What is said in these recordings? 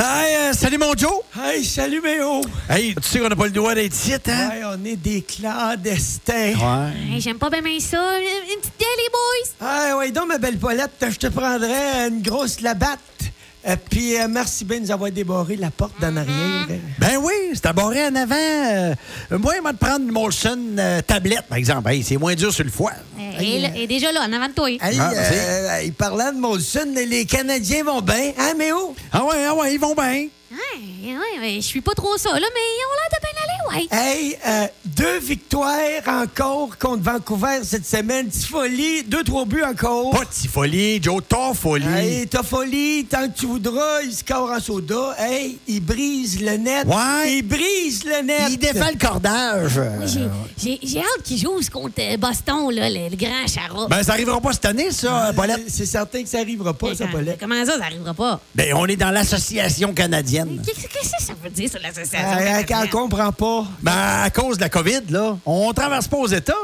euh, Salut mon Joe! Hey, salut Méo! Hey, tu sais qu'on n'a pas le droit d'être ici, hein? Hey, on est des clandestins. Ouais. Hey, J'aime pas bien bien ça. Une une petite bière, les boys. Hey, ouais, donc, ma belle Paulette, je te prendrais une grosse labatte. Euh, Puis euh, merci bien de nous avoir débarré la porte d'en arrière. Ben oui, c'est aboré en avant. Euh, moi, il va te prendre une Molson euh, tablette, par exemple. Hey, c'est moins dur sur le foie. Hey, là, elle est eh, déjà là, en avant de toi. Hey, Ah, euh, hey, parlant de Molson, les Canadiens vont bien. Hein, Méo? Ah ouais, ah ouais, ils vont bien. Ouais, ouais, ouais, je suis pas trop ça, là, mais on l'a de bien aller, ouais. Hey, euh, deux victoires encore contre Vancouver cette semaine. Petite folie, deux, trois buts encore. Pas de folie, Joe, ton folie. Hey, ta folie, tant que tu voudras, il score en soda. Hey, il brise le net. Ouais. Il brise le net. Il défait le cordage. J'ai- J'ai j'ai hâte qu'ils jouent contre euh, Boston, là, le, le grand charrat. Ben, ça arrivera pas cette année, ça, Paulette. C'est- C'est certain que ça arrivera pas, Mais ça, quand- Paulette. Comment ça, ça arrivera pas? Ben, on est dans l'association canadienne. Qu'est-ce qu'est-ce que ça veut dire sur l'association? Euh, canadienne? on comprend pas. Ben, à cause de la COVID, là, on traverse pas aux États.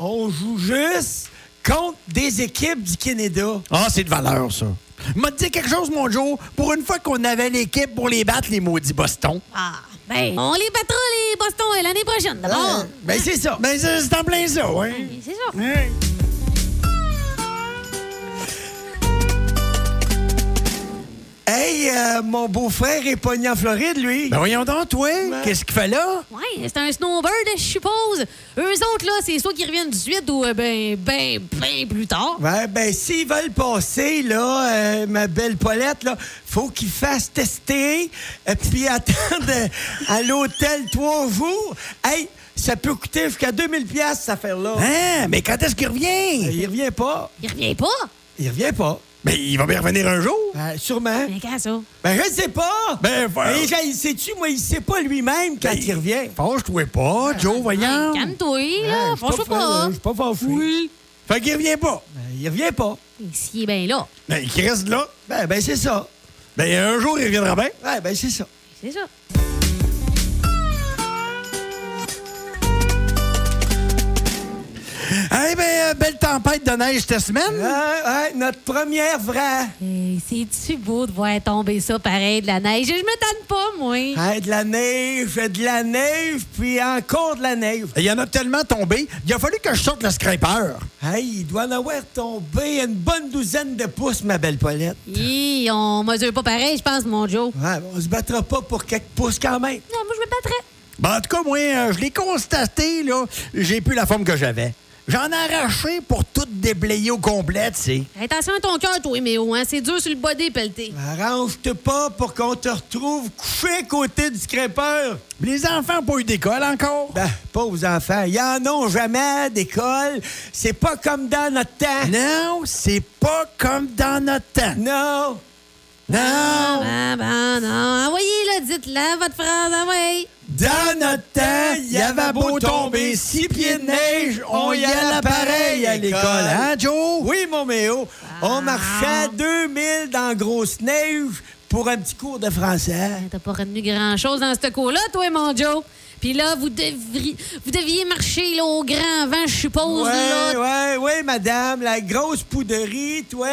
On joue juste contre des équipes du Canada. Ah, c'est de valeur, ça. M'a dit quelque chose, mon Joe. Pour une fois qu'on avait l'équipe pour les battre, les maudits Boston. Ah, ben, on les battra, les Boston, euh, l'année prochaine, d'abord. Euh, ben, c'est ça. Ben, c'est c'est en plein ça, hein? C'est ça. Hey. Hey, euh, mon beau-frère est pogné en Floride, lui. Ben voyons donc, toi, qu'est-ce qu'il fait là? Ouais, c'est un snowbird, je suppose. Eux autres, là, c'est soit qu'ils reviennent du suite ou euh, ben, ben, ben plus tard. Ouais, ben, s'ils veulent passer, là, euh, ma belle Paulette, là, faut qu'ils fassent tester, et puis attendre euh, à l'hôtel trois jours. Hey, ça peut coûter jusqu'à 2000 pièces cette affaire-là. Euh, Hein? Mais quand est-ce qu'il revient? Il revient pas. Il revient pas. Il revient pas. Ben, il va bien revenir un jour. Euh, sûrement. Mais quand ça? Ben, je sais pas. Ben, faut- Mais je- il sais-tu, moi, il sait pas lui-même quand Ben, il revient. Fâche-toi pas, Joe, voyons. Hey, Calme-toi, Ouais, là. je suis pas Franchement pas. hein. fou, je suis pas fâché. Oui. Fait qu'il revient pas. Ben, il revient pas. Mais S'il est bien là, Ben, qu'il reste là. Ben, ben, c'est ça. Ben, un jour, il reviendra bien. Ouais, ben, c'est ça. c'est ça. Hey, ben, euh, belle tempête de neige cette semaine. Ouais, ouais, notre première vraie. Hey, Euh, C'est-tu beau de voir tomber ça pareil de la neige? Je me tanne pas, moi. Hey, de la neige, de la neige, puis encore de la neige. Il y en a tellement tombé, il a fallu que je sorte le scraper. Hey, il doit en avoir tombé une bonne douzaine de pouces, ma belle Paulette. Hi, on mesure pas pareil, je pense, mon Joe. Ouais, on se battra pas pour quelques pouces quand même. Non, moi, je me battrais. Ben, en tout cas, moi, euh, je l'ai constaté, là, j'ai plus la forme que j'avais. J'en ai arraché pour tout déblayer au complet, tu sais. Hey, Attention à ton cœur, toi, Méo. Hein? C'est dur sur le body, pelleté. Arrange-te pas pour qu'on te retrouve couché à côté du scrapeur. Les enfants n'ont pas eu d'école encore. Ben, pas aux enfants. Ils en ont jamais d'école. C'est pas comme dans notre temps. Non, c'est pas comme dans notre temps. Non. Non, Ben, ben, non. Envoyez-le, dites-la, votre phrase, envoyez. dans notre temps, il y avait beau tomber six pieds de neige, on y allait pareil à l'école, hein, Joe? Oui, mon méo. On marchait 2000 dans grosse neige pour un petit cours de français. Ben, T'as pas retenu grand-chose dans ce coup-là, toi, mon Joe. Puis là, vous devriez, vous deviez marcher là, au grand vent, je suppose. là. Ouais, ouais, ouais, madame, la grosse pouderie, toi.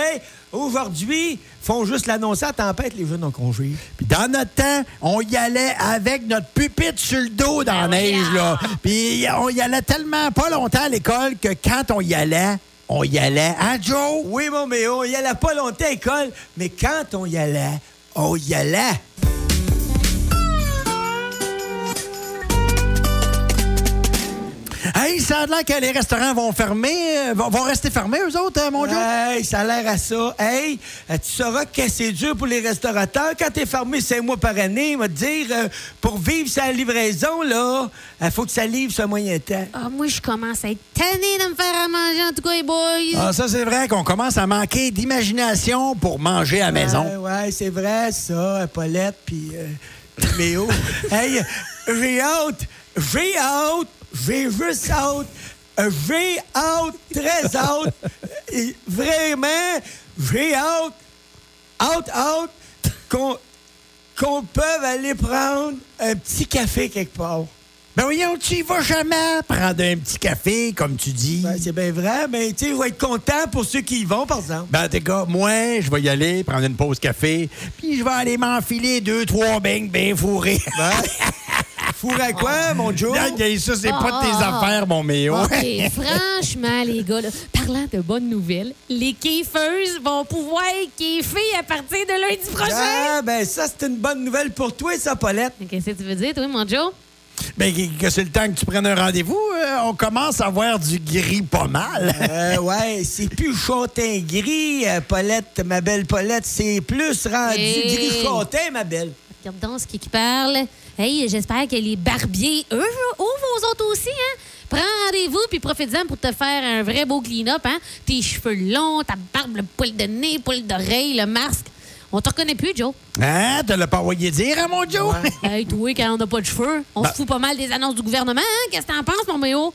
Aujourd'hui, font juste l'annoncer à tempête, les jeunes ont congé. Puis dans notre temps, on y allait avec notre pupitre sur le dos dans la Ben oui, neige, là. ah. Puis on y allait tellement pas longtemps à l'école que quand on y allait, on y allait, hein, Joe? Oui, mon méo, on y allait pas longtemps à l'école, mais quand on y allait, on y allait. Hey, ça a l'air que les restaurants vont fermer, euh, vont, vont rester fermés, eux autres, hein, mon Euh, Joe? Hey, ça a l'air à ça. Hey, euh, tu sauras que c'est dur pour les restaurateurs. Quand t'es fermé cinq mois par année, il va te dire, euh, pour vivre sa livraison, là, il faut que ça livre ce moyen temps. Ah, moi, je commence à être tannée de me faire à manger, en tout cas, les boys. Ah, ça, c'est vrai qu'on commence à manquer d'imagination pour manger à la Ouais, maison. Euh, ouais, c'est vrai, ça, euh, Paulette, puis euh, Méo. hey, j'ai hâte, j'ai hâte, j'ai juste hâte, euh, j'ai hâte, très hâte, et vraiment, j'ai hâte, hâte, hâte, qu'on qu'on peut aller prendre un petit café quelque part. Ben voyons, tu y vas jamais prendre un petit café, comme tu dis. Ben, c'est bien vrai, mais tu sais, je vais être content pour ceux qui y vont, par exemple. Ben, t'es gars, moi, je vais y aller, prendre une pause café, puis je vais aller m'enfiler deux, trois beignes bien fourrés. Ben, Four à quoi, mon Joe? Là, gars, ça, c'est pas de tes Ah. affaires, mon méo. OK, franchement, les gars, là, parlant de bonnes nouvelles, les kiffeuses vont pouvoir kiffer à partir de lundi prochain. Ah, ben ça, c'est une bonne nouvelle pour toi, ça, Paulette. OK, Qu'est-ce que tu veux dire, toi, mon Joe? Ben, que- que c'est le temps que tu prennes un rendez-vous, euh, on commence à avoir du gris pas mal. Euh, ouais, c'est plus châtain gris, euh, Paulette, ma belle Paulette. C'est plus rendu Hey. gris châtain, ma belle. Regarde donc ce qui qui parle. Hey, j'espère que les barbiers, eux, ouvrent aux autres aussi, hein? Prends rendez-vous puis profite-en pour te faire un vrai beau clean-up, hein? Tes cheveux longs, ta barbe, le poil de nez, le poil d'oreille, le masque. On te reconnaît plus, Joe. Hein? Tu l'as pas envoyé dire, hein, mon Joe? Ouais. Hey, toi, quand on n'a pas de cheveux, on Ben- se fout pas mal des annonces du gouvernement, hein? Qu'est-ce que t'en penses, mon méo?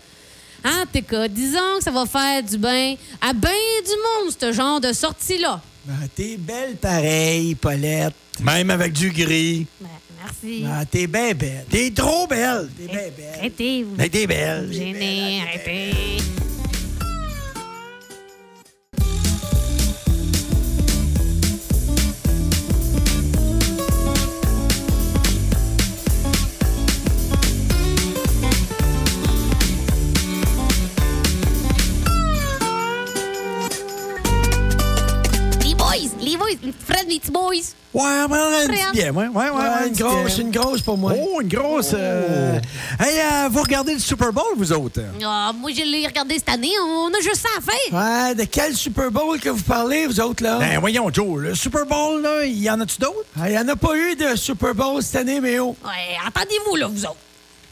En tout cas, disons que ça va faire du bien à bien du monde, ce genre de sortie-là. Ah, t'es belle pareil, Paulette. Même avec du gris. Ben, merci. Ah, t'es bien belle. T'es trop belle. T'es bien belle. Arrêtez, vous Mais t'es belle. me gênez, arrêtez. Les boys, les boys, Fred, les petits boys. Ouais, on prendrait une Prête. petite bière, ouais, ouais, ouais, Ouais, une petite grosse, Oh. bière. une grosse pour moi. Oh, une grosse. euh, Hey, euh, vous regardez le Super Bowl, vous autres? Ah, moi, je l'ai regardé cette année. On a juste ça à faire. Ouais, de quel Super Bowl que vous parlez, vous autres, là? Ben voyons, Joe, le Super Bowl, là, il y en a-tu d'autres? Il n'y en a pas eu de Super Bowl cette année, mais oh. Ouais, attendez-vous, là, vous autres.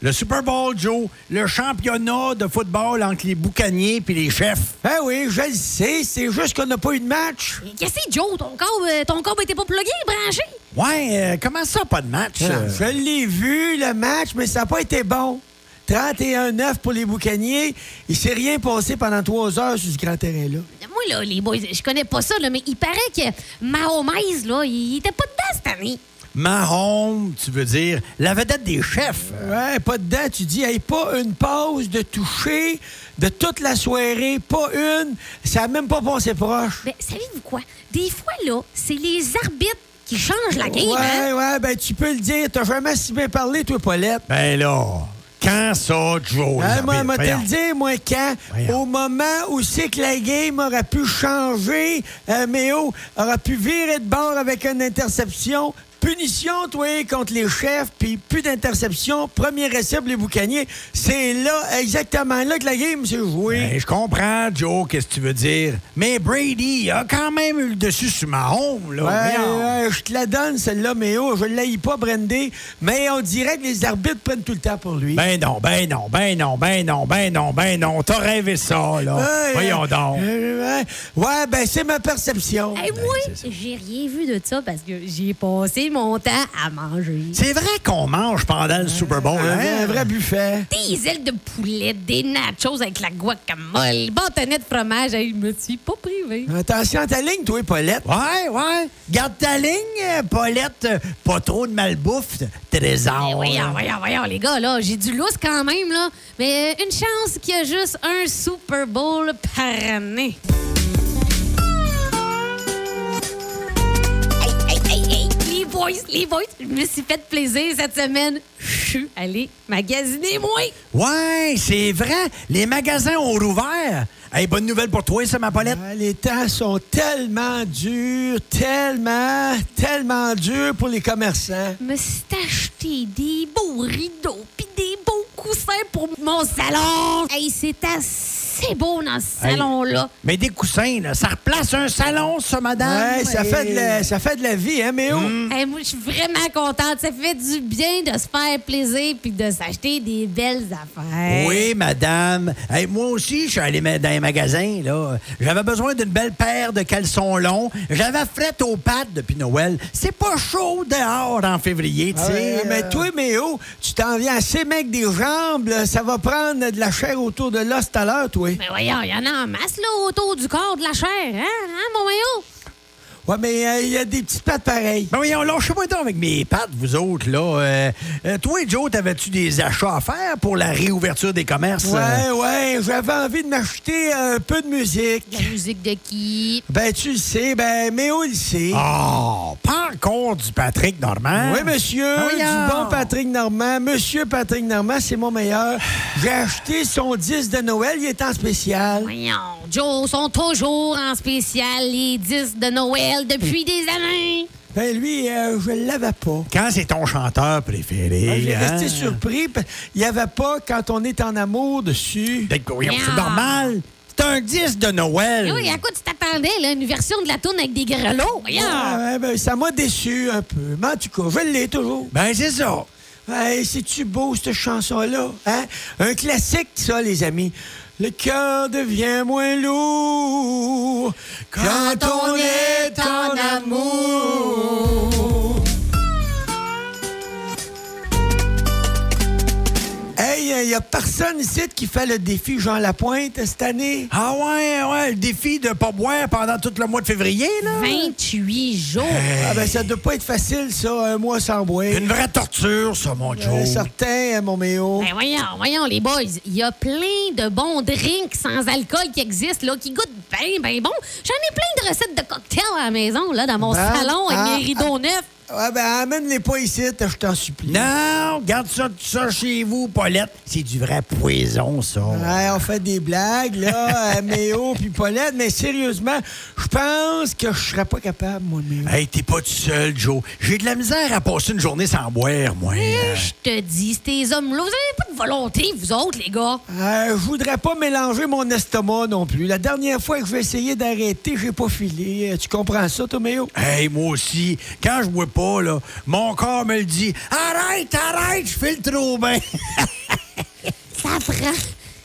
Le Super Bowl, Joe, le championnat de football entre les boucaniers puis les chefs. Ben oui, je le sais, c'est juste qu'on n'a pas eu de match. Mais Qu'est-ce que Joe? Ton corps, euh, ton corps était pas plugué, branché? Ouais, euh, comment ça, pas de match? euh? Je l'ai vu, le match, mais ça n'a pas été bon. 31-9 pour les boucaniers. Il s'est rien passé pendant trois heures sur ce grand terrain-là. Moi, là, les boys, je connais pas ça, là, mais il paraît que Mahomes, là, il était pas dedans cette année. Mahomes, tu veux dire, la vedette des chefs. Ouais, pas dedans. Tu dis, hey, pas une pause de toucher de toute la soirée, pas une. Ça n'a même pas passé proche. Ben, savez-vous quoi? Des fois, là, c'est les arbitres qui changent la game, Ouais, hein? ouais, ben tu peux le dire. T'as jamais si bien parlé, toi, Paulette. Ben là, quand ça, Joe? Hein, moi, l'arbitre? moi, te Voyons. le dire, moi, quand, Voyons. au moment où c'est que la game aurait pu changer, euh, Méo aurait pu virer de bord avec une interception, punition, toi, contre les chefs, puis plus d'interception, premier essai pour les boucaniers. C'est là, exactement là que la game s'est jouée. Ben, je comprends, Joe, qu'est-ce que tu veux dire. Mais Brady a quand même eu le dessus sur Mahomes, là. Ouais, Ben, oh, Voyons. ouais, je te la donne, celle-là, Méo. Je ne l'ai pas, Brandé. Mais on dirait que les arbitres prennent tout le temps pour lui. Ben non, ben non, ben non, ben non, ben non, ben non. T'as rêvé ça, là. Ouais, oh, Voyons ouais. donc. Ouais, ouais, ben c'est ma perception. Hey, Ben, c'est ça. moi, j'ai rien vu de ça parce que j'ai passé mon temps à manger. C'est vrai qu'on mange pendant le Super Bowl, Un vrai- hein? un vrai buffet. Des ailes de poulet, des nachos avec la guacamole, bâtonnet de fromage. Hey, je me suis pas privé. Attention à ta ligne, toi, Paulette. Ouais, ouais. Garde ta ligne, euh, Paulette. Euh, Pas trop de malbouffe, Mais trésor. Eh, Ben voyons, voyons, voyons, les gars, là, j'ai du lousse quand même, là. Mais euh, une chance qu'il y a juste un Super Bowl par année. Hey, hey, hey, hey, Les boys, les boys, je me suis fait plaisir cette semaine. Je suis allée magasiner, moi. Ouais, c'est vrai. Les magasins ont rouvert. Hey, bonne nouvelle pour toi, ça, ma Paulette. Ah, les temps sont tellement durs, tellement, tellement durs pour les commerçants. Je me suis acheté des beaux rideaux puis des beaux coussins pour mon salon. Hey, c'est assez beau dans ce Hey. salon-là. Mais des coussins, là, ça replace un salon, ça, madame. Ouais, ça, Et- fait de la, ça fait de la vie, hein, Méo? Hey, moi, je suis vraiment contente. Ça fait du bien de se faire plaisir puis de s'acheter des belles Hein? affaires. Oui, madame. Hey, moi aussi, je suis allé ma- dans les magasins. là. J'avais besoin d'une belle paire de caleçons longs. J'avais frette aux pattes depuis Noël. C'est pas chaud dehors en février, tu Ah ouais, sais. Mais toi, Méo, tu t'en viens assez mec des jambes. là. Ça va prendre de la chair autour de l'os tout à Ben l'heure, toi. Mais voyons, il y en a en masse là autour du corps de la chair, hein, hein mon maillot? Ouais, mais euh, il y a des petites pattes pareilles. Ben voyons, lâchez-moi donc avec mes pattes, vous autres, là. Euh, euh, toi, Joe, t'avais-tu des achats à faire pour la réouverture des commerces? euh? Ouais, ouais, j'avais envie de m'acheter un peu de La musique. musique de qui? Ben, tu le sais, ben, Méo le sait. Oh, pas encore du Patrick Normand. Oui, monsieur, Ah, voyons. du bon Patrick Normand. Monsieur Patrick Normand, c'est mon meilleur. J'ai acheté son 10 de Noël, il est en spécial. Voyons, Joe, sont toujours en spécial les 10 de Noël depuis des années. Ben, lui, euh, je l'avais pas. Quand c'est ton chanteur préféré? Ben, J'ai resté hein? surpris. parce qu'il n'y avait pas quand on est en amour dessus. Ben, voyons, Miaou. c'est normal. C'est un 10 de Noël. Eh oui, à quoi tu t'attendais, là? Une version de la tourne avec des grelots? Voyons! Ouais, ben, ça m'a déçu un peu. Mais en tout cas, je l'ai toujours. Ben, c'est ça. Hey, c'est-tu beau, cette chanson-là? Hein? Un classique, ça, les amis. Le cœur devient moins lourd quand on est en amour. Hey, il n'y a personne ici qui fait le défi Jean Lapointe cette année. Ah ouais, ouais, le défi de pas boire pendant tout le mois de février, là. 28 jours. Ah ben, ça doit pas être facile, ça, un mois sans boire. Une vraie torture, ça, mon Joe. Euh, certain, hein, mon méo. Ben voyons, voyons, les boys. Il y a plein de bons drinks sans alcool qui existent, là, qui goûtent bien, bien bon. J'en ai plein de recettes de cocktails à la maison, là, dans mon Ben, salon avec ah, mes rideaux neufs. Ah ben, amène-les pas ici, je t'en supplie. Non, garde ça, tout ça chez vous, Paulette. C'est du vrai poison, ça. Ouais, on fait des blagues, là, à Méo puis Paulette, mais sérieusement, je pense que je serais pas capable, moi, Méo. Hey, t'es pas tout seul, Joe. J'ai de la misère à passer une journée sans boire, moi. Je te dis, ces hommes-là, vous avez pas de volonté, vous autres, les gars. Euh, je voudrais pas mélanger mon estomac non plus. La dernière fois que j'ai essayé d'arrêter, j'ai pas filé. Euh, Tu comprends ça, toi, Méo? Hey, moi aussi, quand je bois pas, là, mon corps me le dit Arrête, arrête, je file trop bien. Ça prend,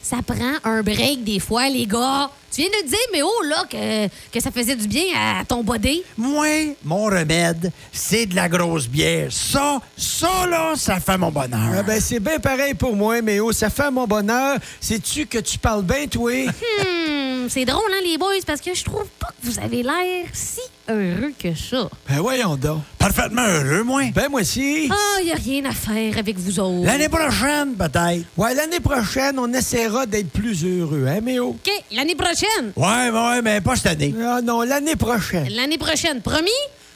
ça prend un break des fois, les gars. Tu viens de le dire, mais oh là, que, que ça faisait du bien à ton body. moi, mon remède, c'est de la grosse bière. Ça, ça, là, ça fait mon bonheur. Ah ben, c'est bien pareil pour moi, Méo. Ça fait mon bonheur. Sais-tu que tu parles bien, toi? Hmm, c'est drôle, hein, les boys, parce que je trouve pas que vous avez l'air si heureux que ça. ben, voyons donc. Parfaitement heureux, moi. Ben, moi aussi. Ah, il a rien à faire avec vous autres. L'année prochaine, peut-être. Ouais, l'année prochaine, on essaiera d'être plus heureux, hein, Méo? OK, l'année prochaine. Ouais, ouais, mais pas cette année. Ah non, l'année prochaine. L'année prochaine, promis?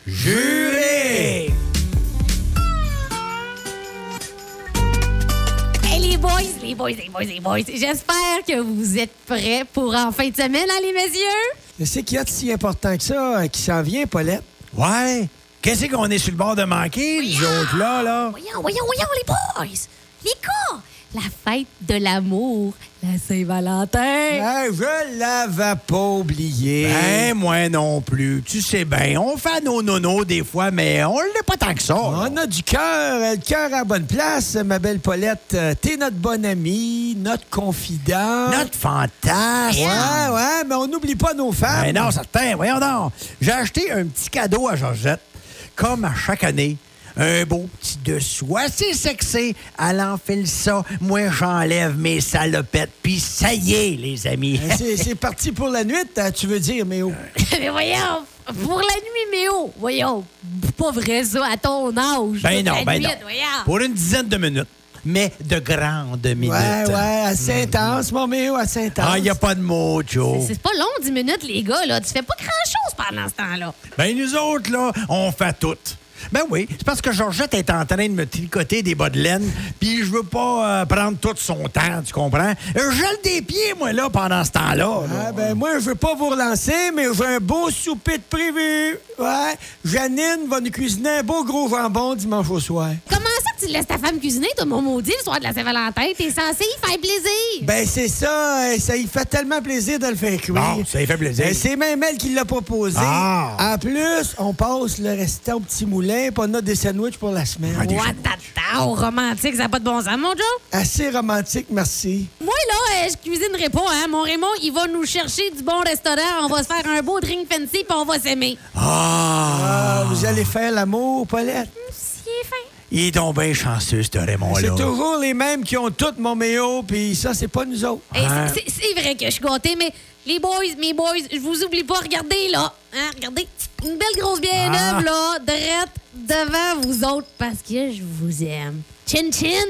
Juré! Hey, les boys, les boys, les boys, les boys. J'espère que vous êtes prêts pour en fin de semaine, hein, les messieurs? Mais C'est qu'il y a de si important que ça euh, qui s'en vient, Paulette. Ouais. Qu'est-ce qu'on est sur le bord de manquer, les autres, là, là? Voyons, voyons, voyons, les boys! Les gars! La fête de l'amour, la Saint-Valentin. Ben, je l'avais pas oublié. Ben, moi non plus. Tu sais bien, on fait nos nonos des fois, mais on l'est pas tant que ça. on a du cœur, euh, le cœur à la bonne place, ma belle Paulette. Euh, T'es notre bonne amie, notre confident. Notre fantasme. Ouais, ouais, mais on n'oublie pas nos femmes. Ben non, certain. Voyons donc. J'ai acheté un petit cadeau à Georgette, comme à chaque année. Un beau petit dessous assez sexy. Elle enfile ça. Moi, j'enlève mes salopettes. Puis ça y est, les amis. Ben, C'est c'est parti pour la nuit, euh, tu veux dire, Méo. Mais voyons, pour la nuit, Méo. Voyons, pas vrai ça, à ton âge. Ben non, la ben nuit, non. Voyons. Pour une dizaine de minutes, mais de grandes minutes. Ouais, ouais, à Saint-Anse, mon Méo, à Saint-Anse. Mm-hmm. Ah, il a pas de mots, Joe. C'est pas long, 10 minutes, les gars, là. Tu fais pas grand-chose pendant ce temps-là. Ben, nous autres, là, on fait tout. Ben oui, c'est parce que Georgette est en train de me tricoter des bas de laine, puis je veux pas euh, prendre tout son temps, tu comprends? Euh, Je gèle des pieds, moi, là, pendant ce temps-là. là. Ah, ben moi, je veux pas vous relancer, mais j'ai un beau souper de prévu. Ouais, Janine va nous cuisiner un beau gros jambon dimanche au soir. Comment ça que tu laisses ta femme cuisiner, toi, mon maudit, le soir de la Saint-Valentin? T'es censé y faire plaisir. Ben c'est ça, euh, ça y fait tellement plaisir de le faire cuire. Bon, ça lui fait plaisir. Euh, C'est même elle qui l'a proposé. Ah. En plus, on passe le restant au petit moulin, puis on a des sandwichs pour la semaine. Ah, des- What tata, romantique, ça n'a pas de bon sens, mon Joe. Assez romantique, merci. Moi, là, euh, je cuisinerai pas, hein. Mon Raymond, il va nous chercher du bon restaurant. On va se faire un beau drink fancy, puis on va s'aimer. Ah! Ah, vous allez faire l'amour, Paulette. Si il est fin. Il est donc bien chanceux, ce C'est Raymond-là. toujours les mêmes qui ont tout mon méo, puis ça, c'est pas nous autres. Eh, Ah. c'est- C'est c'est vrai que je suis gâtée, mais les boys, mes boys, je vous oublie pas. Regardez, là. Hein, regardez. une belle grosse bière Ah. neuve, là, drette devant vous autres, parce que je vous aime. Chin chin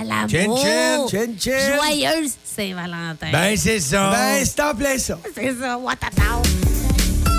à l'amour. Chin, chin, chin, chin. Joyeuse Saint-Valentin. Ben, c'est Ah. ça. Ben, c'est en plein ça. c'est ça, what a town.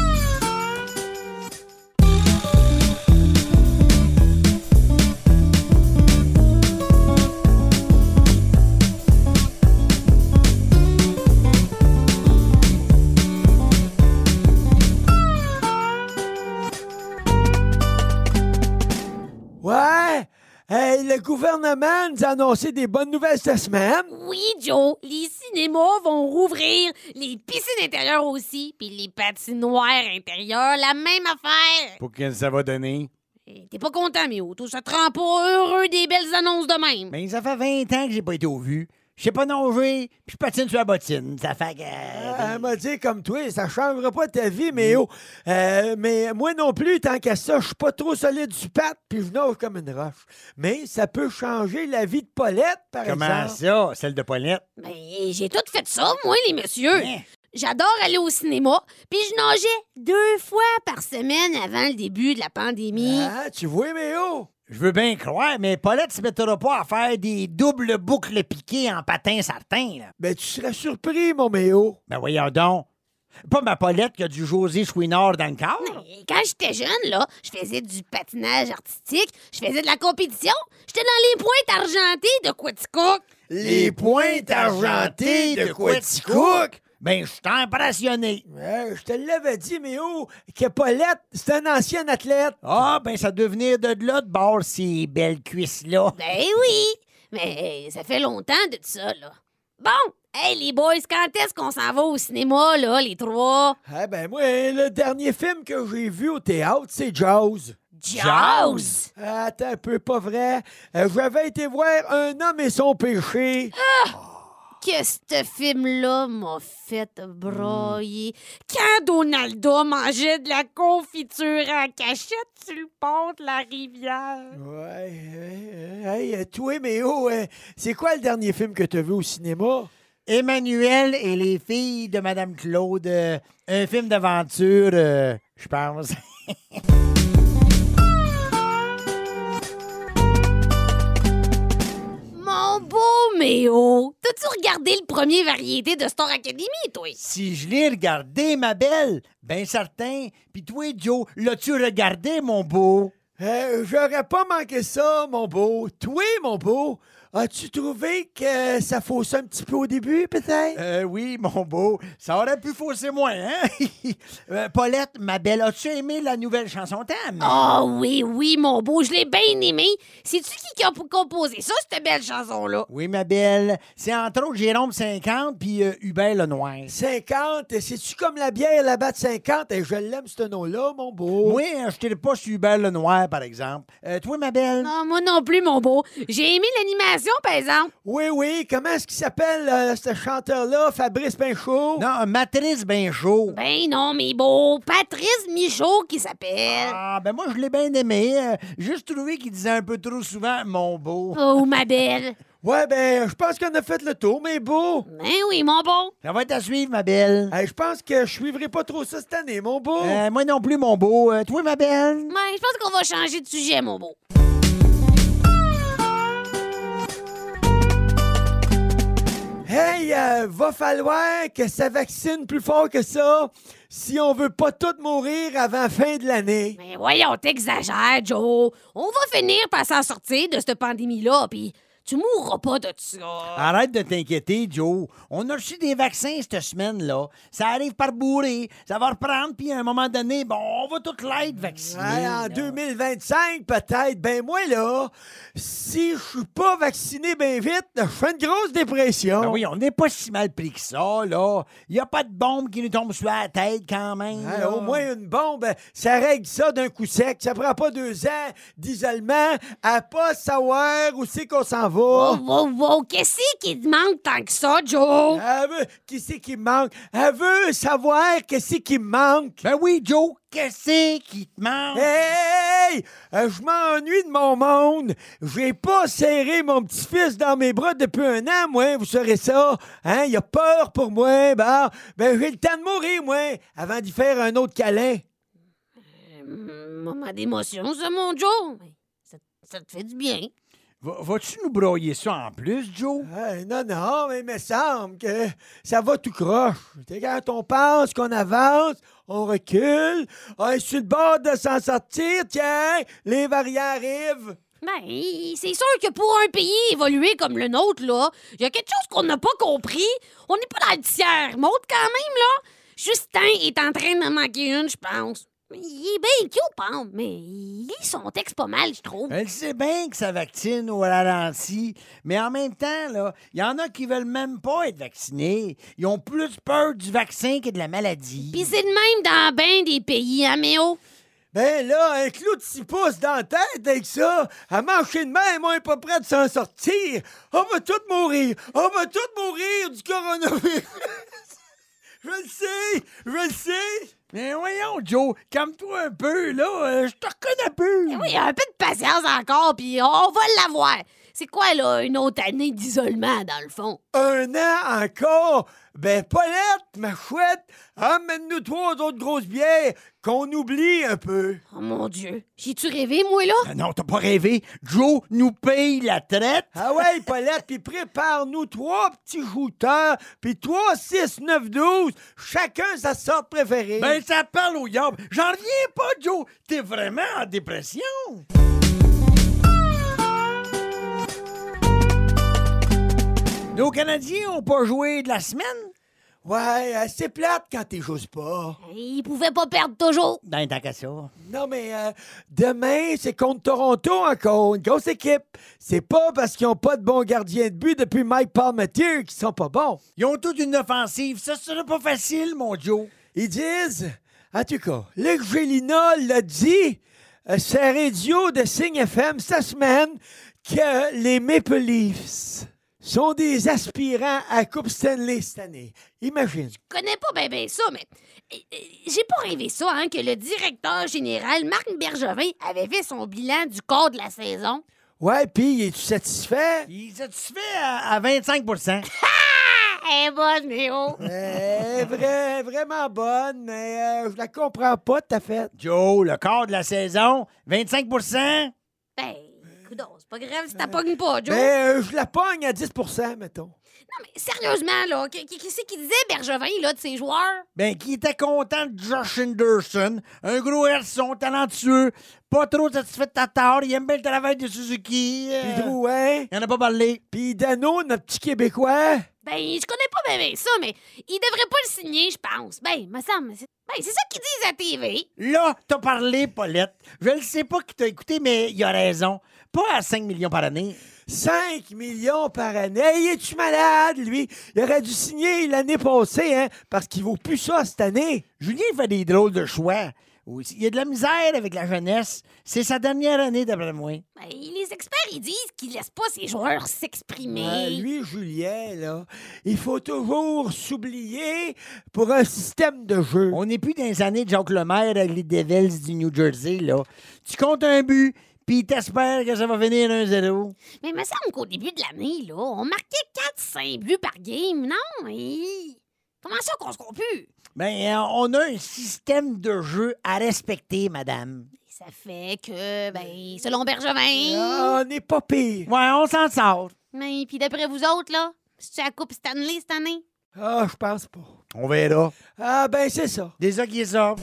Ouais! Hey, le gouvernement nous a annoncé des bonnes nouvelles cette semaine. Oui, Joe, les cinémas vont rouvrir, les piscines intérieures aussi, puis les patinoires intérieures, la même affaire. Pour qu'est-ce que ça va donner? Eh, T'es pas content, Mio, tout ça te rend pas heureux des belles annonces de même. Ben, ça fait 20 ans que j'ai pas été au vu. Je sais pas nager, puis je patine sur la bottine. Ça fait que... Euh, Ah, Ben. Elle m'a dit comme toi, ça changera pas ta vie, mais oh, euh, mais moi non plus, tant qu'à ça, je suis pas trop solide du patte, puis je nage comme une roche. Mais ça peut changer la vie de Paulette, par Comment exemple. ça, celle de Paulette? Ben, j'ai tout fait ça, moi, les messieurs. Hein? J'adore aller au cinéma, puis je nageais deux fois par semaine avant le début de la pandémie. Ah, tu vois, mais oh! Je veux bien croire, mais Paulette se mettra pas à faire des doubles boucles piquées en patin certain, là. Ben, tu serais surpris, mon méo. Ben voyons donc. Pas ma Paulette qui a du José Chouinard dans le corps. Et Quand j'étais jeune, là, je faisais du patinage artistique, je faisais de la compétition, j'étais dans les pointes argentées de Quaticook. Les pointes argentées de Quaticook. Ben, je suis impressionné. Ouais, Euh, je te l'avais dit, mais oh, que Paulette, c'est un ancien athlète. Ah, ben, ça doit venir de là, de bord, ces belles cuisses-là. Ben oui, mais ça fait longtemps de ça, là. Bon, hey les boys, quand est-ce qu'on s'en va au cinéma, là, les trois? Ah ben moi, le dernier film que j'ai vu au théâtre, c'est Jaws. Jaws! Ah, Attends un peu, pas vrai. Euh, J'avais été voir Un homme et son péché. Que ce film-là m'a fait broyer. Hmm. Quand Donaldo mangeait de la confiture en cachette sur le pont de la rivière. Ouais, euh, euh, hey, euh, toi, mais oh, euh, c'est quoi le dernier film que t'as vu au cinéma? Emmanuel et les filles de Madame Claude. euh, un film d'aventure, euh, je pense. Mon beau Méo! T'as-tu regardé le premier variété de Star Academy, toi? si je l'ai regardé, ma belle, ben certain. Puis toi, Joe, l'as-tu regardé, mon beau? Euh, J'aurais pas manqué ça, mon beau. Toi, mon beau, as-tu trouvé que ça faussait un petit peu au début, peut-être? Euh, oui, mon beau, ça aurait pu fausser moins, hein? Euh, Paulette, ma belle, as-tu aimé la nouvelle chanson Tam? Ah oui, oui, mon beau, je l'ai bien aimé. C'est-tu qui qui a p- composé ça, cette belle chanson-là? Oui, ma belle, c'est entre autres Jérôme 50 puis euh, Hubert Lenoir. 50, et c'est-tu comme la bière là-bas de 50? Et je l'aime, ce nom-là, mon beau. Moi, euh, je t'ai pas sur Hubert Lenoir, par exemple. Euh, toi, ma belle? Non, Ah, moi non plus, mon beau. J'ai aimé l'animation, par exemple. Oui, oui. Comment est-ce qu'il s'appelle, euh, ce chanteur-là, Fabrice Pinchot? Non, euh, Matrice ben chaud. Ben non, mes beaux. Patrice Michaud qui s'appelle. Ah, ben moi, je l'ai bien aimé. euh, juste trouvé qu'il disait un peu trop souvent « mon beau Oh, ma belle. Ouais, ben, je pense qu'on a fait le tour, mais beau. Ben oui, mon beau. ». Ça va être à suivre, ma belle. Hey, je pense que je suivrai pas trop ça cette année, mon beau. Euh, moi non plus, mon beau. Euh, toi, ma belle? Ben, je pense qu'on va changer de sujet, mon beau. Hey, euh, va falloir que ça vaccine plus fort que ça si on veut pas tous mourir avant fin de l'année. Ben voyons, t'exagères, Joe. On va finir par s'en sortir de cette pandémie-là, puis tu mourras pas de ça. Arrête de t'inquiéter, Joe. On a reçu des vaccins cette semaine-là. Ça arrive par bourré. Ça va reprendre, puis à un moment donné, bon, on va toute l'aide vaccinée. Hey, en 2025, peut-être. Ben, moi, là, si je suis pas vacciné bien vite, je fais une grosse dépression. Ben oui, on n'est pas si mal pris que ça, là. Il n'y a pas de bombe qui nous tombe sur la tête quand même. Hein, là. au moins une bombe, ça règle ça d'un coup sec. Ça prend pas deux ans d'isolement à pas savoir où c'est qu'on s'en Oh, va. wow, wow. Qu'est-ce qui te manque tant que ça, Joe? Elle veut, qui c'est qui me manque? Elle veut savoir qu'est-ce qui me manque. Ben oui, Joe, qu'est-ce qui te manque? Eh! Hey! Euh, je m'ennuie de mon monde. J'ai pas serré mon petit-fils dans mes bras depuis un an, moi. Vous saurez ça. Hein? Il a peur bah. pour moi. Ben, ben j'ai le temps de mourir, moi, avant d'y faire un autre câlin. Euh, moment d'émotion, ça, mon Joe. Mais Ça, ça te fait du bien. Va- Vas-tu nous broyer ça en plus, Joe? Hey, non, non, mais il me semble que ça va tout croche. Tu sais, Quand on pense qu'on avance, on recule, on est sur le bord de s'en sortir, tiens, les variants arrivent. Ben, c'est sûr que pour un pays évolué comme le nôtre, là, il y a quelque chose qu'on n'a pas compris. On n'est pas dans le tiers monde quand même, là. Justin est en train d'en manquer une, je pense. Il est bien cute, Pam, mais il lit son texte pas mal, je trouve. Ben, Elle sait bien que ça vaccine ou ralentit, mais en même temps, là, il y en a qui veulent même pas être vaccinés. Ils ont plus peur du vaccin que de la maladie. Pis c'est de même dans ben des pays, hein, Méo? Ben là, un clou de six pouces dans la tête avec ça, à marcher de même, on est pas prêt de s'en sortir. On va tous mourir. On va tous mourir du coronavirus. je le sais, je le sais. Mais voyons, Joe, calme-toi un peu, là. euh, je te reconnais plus. Oui, un peu de patience encore, puis on va l'avoir. C'est quoi, là, une autre année d'isolement, dans le fond? Un an encore? Ben, Paulette, ma chouette, amène-nous trois autres grosses bières qu'on oublie un peu. Oh mon Dieu, j'ai-tu rêvé, moi, là? Ah Non, t'as pas rêvé. Joe nous paye la traite. Ah ouais, Paulette, puis prépare-nous trois petits shooters, puis trois, six, neuf, douze, chacun sa sorte préférée. Ben, ça parle au yob. J'en reviens pas, Joe. T'es vraiment en dépression. Nos Canadiens ont pas joué de la semaine? ouais, euh, c'est plate quand t'es juste pas. Il pouvait pas perdre toujours. Ben, tant qu'à ça. Non, mais euh, demain, c'est contre Toronto encore, une grosse équipe. C'est pas parce qu'ils ont pas de bons gardiens de but depuis Mike Palmetier qu'ils sont pas bons. Ils ont toute une offensive. Ça, ce sera pas facile, mon Joe. Ils disent, en tout cas, Luc Vélina l'a dit, euh, sa radio de Signe FM cette semaine, que les Maple Leafs sont des aspirants à Coupe Stanley cette année. Imagine. Je connais pas bien ben ça, mais euh, euh, j'ai pas rêvé ça, hein, que le directeur général Marc Bergevin avait fait son bilan du corps de la saison. Ouais, puis es-tu satisfait? Ils satisfait à, à 25 Eh bonne, Méo! Euh, vrai- vraiment bonne, mais euh, je la comprends pas tout à fait. Joe, le quart de la saison, 25 ben, coudonc, c'est pas grave si t'as pognes pas, Joe. Mais euh, je la pogne à 10 mettons. Non, mais sérieusement, là, que- que- qu'est-ce qu'il disait, Bergevin, là, de ses joueurs? Ben, qui était content de Josh Henderson, un gros garçon talentueux, pas trop satisfait de Tatar, il aime bien le travail de Suzuki. euh, Puis Drouin, il en a pas parlé. puis Dano, notre petit Québécois. Ben, je connais pas bien ben ça, mais il devrait pas le signer, je pense. Ben, me semble. c'est- Ben, c'est ça qu'ils disent à TV. Là, t'as parlé, Paulette. Je ne sais pas qui t'a écouté, mais il a raison. Pas à 5 millions par année. 5 millions par année. Hey, es-tu malade, lui? Il aurait dû signer l'année passée, hein, parce qu'il vaut plus ça cette année. Julien fait des drôles de choix. Oui, Il y a de la misère avec la jeunesse. C'est sa dernière année, d'après moi. Ben, les experts, ils disent qu'ils laissent pas ses joueurs s'exprimer. Ouais, Ah, lui, Julien, là, il faut toujours s'oublier pour un système de jeu. On n'est plus dans les années de Jacques Lemaire avec les Devils du New Jersey, là. Tu comptes un but, puis t'espères que ça va venir 1-0. Mais il me semble qu'au début de l'année, là, on marquait 4-5 buts par game, non? Et... Comment ça qu'on se compute? Ben, euh, on a un système de jeu à respecter, madame. Ça fait que, ben, selon Bergevin. Ah, on n'est pas pire. Ouais, on s'en sort. Mais puis d'après vous autres, là, c'est-tu la Coupe Stanley cette année? Ah, je pense pas. On verra. Ah, ben, c'est ça. Déjà qui est ça.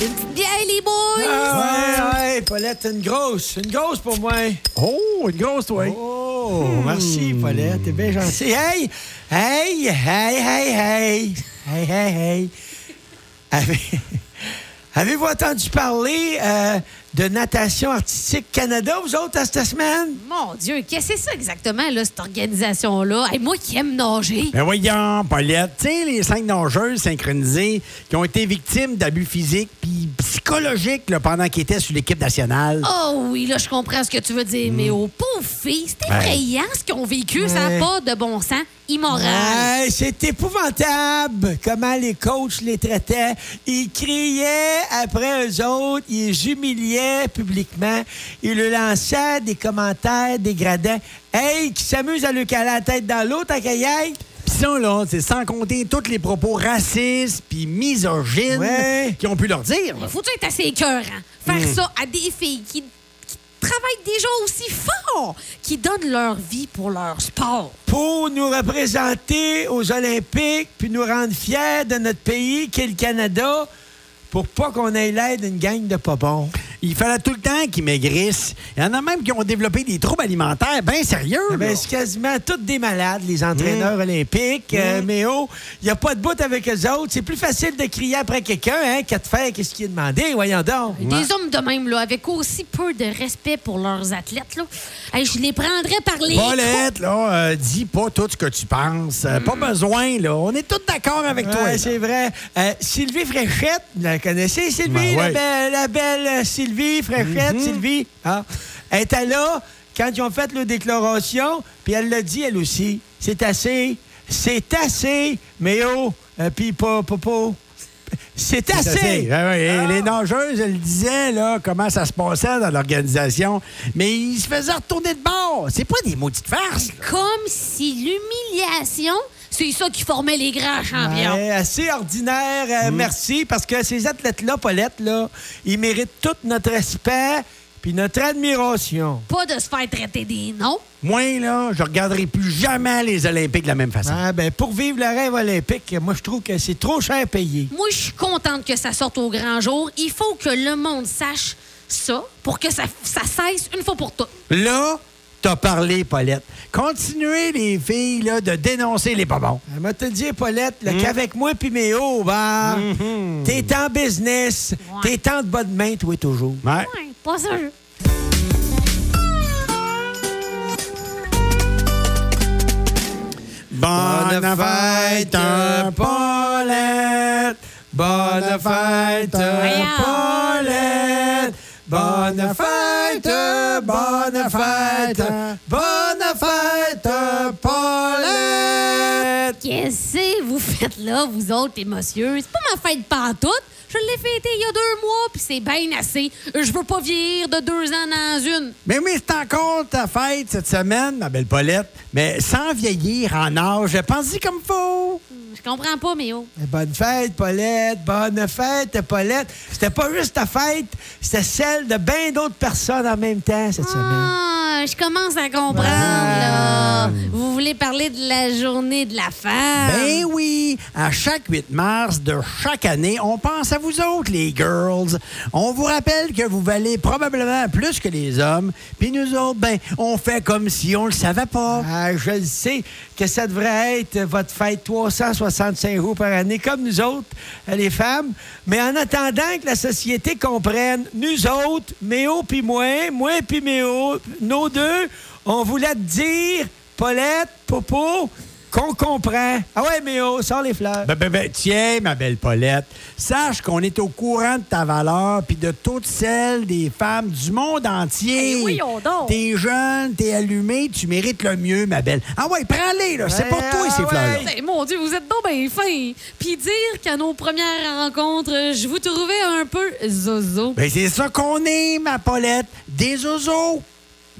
Une petite bière, les boys! Ah, ouais, ouais, Paulette, une grosse. Une grosse pour moi. Oh, une grosse, toi. Oh, merci, Paulette. T'es bien gentil. Hey, hey, hey, hey, hey. Hey, hey, hey. Avez- Avez-vous entendu parler euh, de Natation Artistique Canada, vous autres, à cette semaine? Mon Dieu, qu'est-ce que c'est ça exactement, là, cette organisation-là? Hey, moi qui aime nager. Ben voyons, Paulette. Tu sais, les cinq nageuses synchronisées qui ont été victimes d'abus physiques puis psy- psychologique là, pendant qu'il était sur l'équipe nationale. Oh oui, là, je comprends ce que tu veux dire, Mm. mais aux pauvres filles, c'est Ben. effrayant ce qu'ils ont vécu. Ça Euh, n'a pas de bon sens. Immoral. Ouais, c'est épouvantable comment les coachs les traitaient. Ils criaient après eux autres, ils les humiliaient publiquement, ils leur lançaient des commentaires dégradants. Hey, qui s'amuse à lui caler la tête dans l'eau, ta caille? Pis ça, là, c'est sans compter tous les propos racistes puis misogynes Ouais. qu'ils ont pu leur dire. Faut tu être assez écœurant? Faire ça à des filles qui, qui travaillent déjà aussi fort, qui donnent leur vie pour leur sport. Pour nous représenter aux Olympiques, puis nous rendre fiers de notre pays, qui est le Canada, pour pas qu'on ait l'aide d'une gang de pas bons. Il fallait tout le temps qu'ils maigrissent. Il y en a même qui ont développé des troubles alimentaires bien sérieux. Ah ben, là. c'est quasiment tous des malades, les entraîneurs olympiques. Euh, mais oh, il n'y a pas de bout avec eux autres. C'est plus facile de crier après quelqu'un hein, qu'à te faire qu'est-ce qui est demandé. Voyons donc. Des hommes de même, là, avec aussi peu de respect pour leurs athlètes, là. Hey, je les prendrais par les... Paulette, là, euh, dis pas tout ce que tu penses. Euh, Pas besoin, là. On est tous d'accord avec toi. Hmm. Ouais, là. c'est vrai. Euh, Sylvie Fréchette, vous la connaissez, Sylvie? Ben ouais. la, belle, la belle, euh, Sylvie Fréchette, Sylvie. Ah. Elle était là quand ils ont fait leur déclaration, puis elle l'a dit, elle aussi. C'est assez, c'est assez, mais oh, euh, puis pas, pas, pas. C'est Ah. C'est assez. assez. Ouais, ouais. Et Les nageuses, elles disaient là, comment ça se passait dans l'organisation, mais ils se faisaient retourner de bord. C'est pas des maudites farces. là. Comme si l'humiliation, c'est ça qui formait les grands champions. Ouais, Eh, assez ordinaire, euh, Mm. merci, parce que ces athlètes-là, Paulette, là, ils méritent tout notre respect puis notre admiration. Pas de se faire traiter des noms. Moi, là, je regarderai plus jamais les Olympiques de la même façon. Ah, ben, pour vivre le rêve olympique, moi, je trouve que c'est trop cher payé. Moi, je suis contente que ça sorte au grand jour. Il faut que le monde sache ça pour que ça, ça cesse une fois pour toutes. Là, t'as parlé, Paulette. Continuez, les filles, là, de dénoncer les pas bons. Elle Euh, m'a te dit, Paulette, Mm. là, qu'avec moi puis mes hauts, bah, t'es en business, Mm-hmm. Ouais. t'es en de bonne main, toi, toujours. Ouais. Ouais, pas sûr. Bonne fête, euh, Paulette. Bonne fête, Voyons. Paulette. Bonne fête, bonne fête, bonne fête, Paulette. Qu'est-ce que vous faites là, vous autres, les messieurs? C'est pas ma fête pantoute. Je l'ai fêtée il y a deux mois, puis c'est bien assez. Je veux pas vieillir de deux ans dans une. Mais oui, c'est encore ta fête cette semaine, ma belle Paulette. Mais sans vieillir en âge, pense-y comme faut. Je comprends pas, mais oh. Eh, Bonne fête, Paulette. Bonne fête, Paulette. C'était pas juste ta fête, c'était celle de bien d'autres personnes en même temps cette semaine. Ah, je commence à comprendre, là. Vous voulez parler de la journée de la femme? Ben oui, à chaque 8 mars de chaque année, on pense à vous autres, les girls. On vous rappelle que vous valez probablement plus que les hommes. Puis nous autres, ben, on fait comme si on le savait pas. Ah, je le sais que ça devrait être votre fête 365 jours par année, comme nous autres, euh, les femmes. Mais en attendant que la société comprenne, nous autres, Méo puis moi, moi puis Méo, nos deux, on voulait te dire, Paulette, Popo, qu'on comprend. Ah ouais, Méo, sors les fleurs. Ben, ben, ben, tiens, ma belle Paulette, sache qu'on est au courant de ta valeur puis de toutes celles des femmes du monde entier. Eh oui, on donc. T'es jeune, t'es allumée, tu mérites le mieux, ma belle. Ah ouais, prends-les, là. C'est Ouais, pour toi, ah ces ouais. fleurs-là. Ben, mon Dieu, vous êtes donc bien fin. Puis dire qu'à nos premières rencontres, euh, je vous trouvais un peu zozo. Ben, c'est ça qu'on est, ma Paulette. Des oiseaux.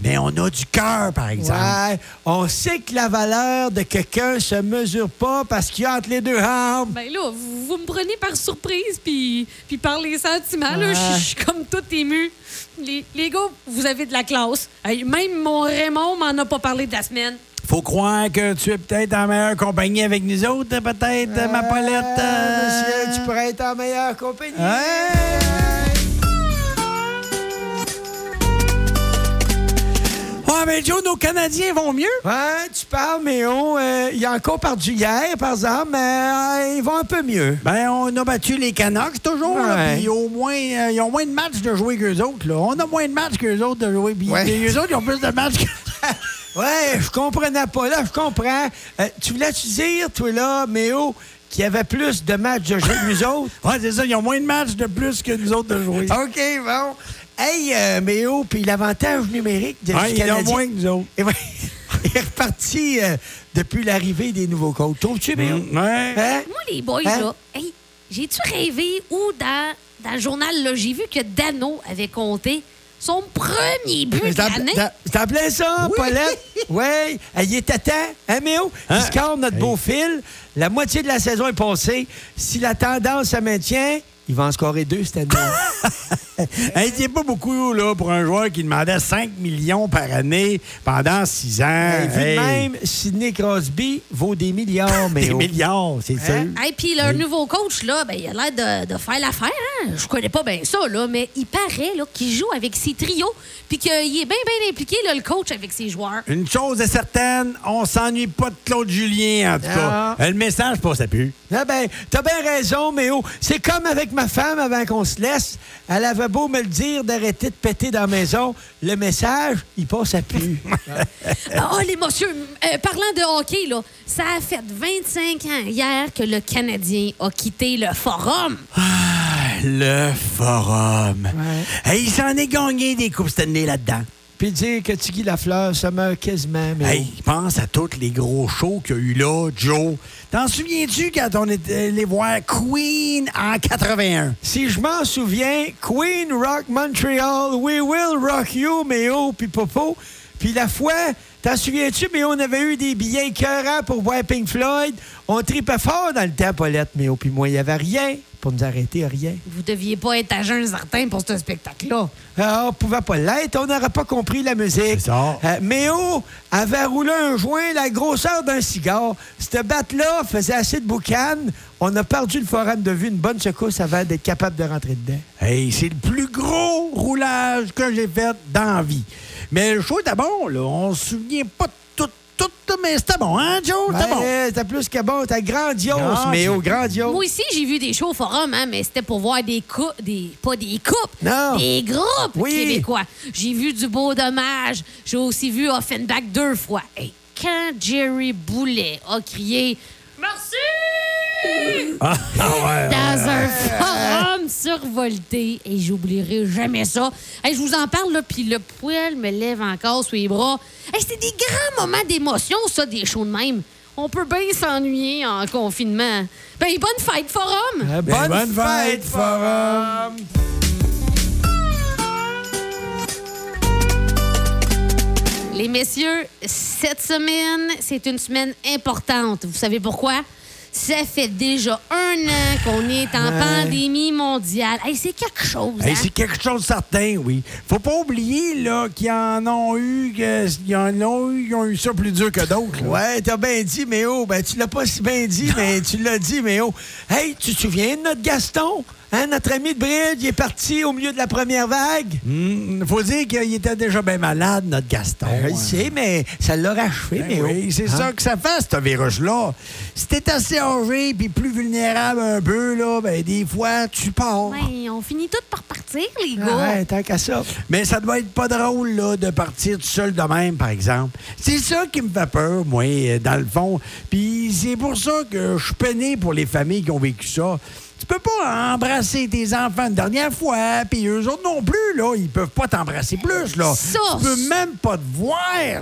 Mais on a du cœur, par exemple. Ouais, on sait que la valeur de quelqu'un se mesure pas parce qu'il y a entre les deux jambes. Ben là, vous, vous me prenez par surprise, puis, puis par les sentiments, là, je suis- je suis comme tout ému. Les, les gars, vous avez de la classe. Hey, Même mon Raymond m'en a pas parlé de la semaine. Faut croire que tu es peut-être en meilleure compagnie avec nous autres, peut-être, ma Paulette. euh. Monsieur, tu pourrais être en meilleure compagnie. Ah, ben Joe, nos Canadiens vont mieux. Ouais, tu parles, mais on, euh, il y a encore par du hier, par exemple, mais euh, ils vont un peu mieux. Ben, on a battu les Canucks toujours, là, Ouais. puis au moins, euh, ils ont moins de matchs de jouer qu'eux autres, là. On a moins de matchs qu'eux autres de jouer, puis Ouais. les eux autres, ils ont plus de matchs que... ouais, je comprenais pas. Là, je comprends. Euh, tu voulais-tu dire, toi, là, Méo, qu'il y avait plus de matchs de jeu que nous autres? Ouais, c'est ça. Ils ont moins de matchs de plus que nous autres de jouer. OK, bon. Hey, euh, Méo, puis l'avantage numérique de, Ouais, du ils en ont Canadien... moins que nous autres. Eh ben, il est reparti euh, depuis l'arrivée des nouveaux coachs. Trouves-tu, Méo? Mm, ouais. Hein? Moi, les boys, Hein? là, hey, j'ai-tu rêvé ou dans, dans le journal, là, j'ai vu que Dano avait compté son premier but de C'est en- l'année. c'est en- c'est en plein Ah, ça, Paulette. Oui. Il était temps, hein, Méo? Il Hein? score notre beau fil. La moitié de la saison est passée. Si la tendance se maintient, il va en scorer deux cette année. Hein? Hey, c'est pas beaucoup là, pour un joueur qui demandait 5 millions par année pendant 6 ans. Et Ben, vu de Hey, même, Sidney Crosby vaut des milliards, Des Méo. millions, c'est Hein? sûr. Hey, puis leur nouveau coach, là, ben, il a l'air de, de faire l'affaire. Hein? Je connais pas bien ça, là, mais il paraît là, qu'il joue avec ses trios puis qu'il est bien, bien impliqué, là, le coach, avec ses joueurs. Une chose est certaine, on s'ennuie pas de Claude Julien, en tout cas. Non. Euh, Le message passe à plus. Ah ben, t'as bien raison, Méo. C'est comme avec ma femme avant qu'on se laisse. Elle avait beau me le dire d'arrêter de péter dans la maison. Le message, il passe à plus. Ah, les messieurs, euh, parlant de hockey, là, ça a fait 25 ans hier que le Canadien a quitté le forum. Le forum. Hey, il s'en est gagné des coupes Stanley là-dedans. Puis dire que Tiggy Lafleur, ça meurt quasiment, Méo. Hey, pense à tous les gros shows qu'il y a eu là, Joe. T'en souviens-tu quand on était allé voir Queen en 81? Si je m'en souviens, Queen Rock Montreal, We Will Rock You, Méo, puis Popo. Puis la fois, t'en souviens-tu, mais on avait eu des billets écœurants pour voir Pink Floyd. On tripait fort dans le temps, Paulette, Méo, puis moi, il n'y avait rien pour nous arrêter, rien. Vous deviez pas être à jeun certain pour ce spectacle-là. Ah, on pouvait pas l'être, on n'aurait pas compris la musique. C'est ça. Euh, Méo avait roulé un joint la grosseur d'un cigare. Cette batte-là faisait assez de boucan. On a perdu le forum de vue une bonne secousse avant d'être capable de rentrer dedans. Hey, c'est le plus gros roulage que j'ai fait dans la vie. Mais le show était bon, là. On se souvient pas de tout, tout, tout, mais c'était bon, hein, Joe? C'était Ben, bon. euh, T'as plus que bon, t'as grandiose, Grandiose. Méo, grandiose. Moi aussi, j'ai vu des shows au forum, hein, mais c'était pour voir des coupes, des, pas des coupes, Non. Hein? des groupes Oui. québécois. J'ai vu du beau dommage. J'ai aussi vu Offenbach deux fois. Et quand Jerry Boulet a crié Merci! Ah, ouais, ouais. Dans un forum survolté. Et j'oublierai jamais ça. Hey, je vous en parle, là, puis le poil me lève encore sous les bras. Hey, C'était des grands moments d'émotion, ça, des shows de même. On peut bien s'ennuyer en confinement. Ben, bonne fête, forum! Euh, Ben, bonne, bonne fête, fête, forum. Les messieurs, cette semaine, c'est une semaine importante. Vous savez pourquoi? Ça fait déjà un an qu'on est en pandémie mondiale. Hey, c'est quelque chose. Hey, hein? c'est quelque chose de certain, oui. Faut pas oublier, là, qu'ils en ont eu, qu'ils en ont eu, ils ont eu ça plus dur que d'autres. là. Ouais, t'as bien dit, Méo. Ben, tu l'as pas si bien dit, mais tu l'as dit, Méo. Hey, tu te souviens de notre Gaston? Hein, notre ami de Bride, il est parti au milieu de la première vague. Hmm, faut dire qu'il était déjà bien malade, notre Gaston. Je le hein. sais, mais ça l'a rachevé, Ben Méo. oui, c'est hein? ça que ça fait, ce virus-là. Si t'es assez âgé puis plus vulnérable un peu, là, ben des fois, tu pars. Ouais, on finit tout par partir, les gars. Ouais, tant qu'à ça. Mais ça doit être pas drôle, là, de partir tout seul de même, par exemple. C'est ça qui me fait peur, moi, euh, dans le fond. Puis c'est pour ça que je suis peiné pour les familles qui ont vécu ça. Tu peux pas embrasser tes enfants une dernière fois, puis eux autres non plus, là. Ils peuvent pas t'embrasser plus, là. Ça, tu peux même pas te voir,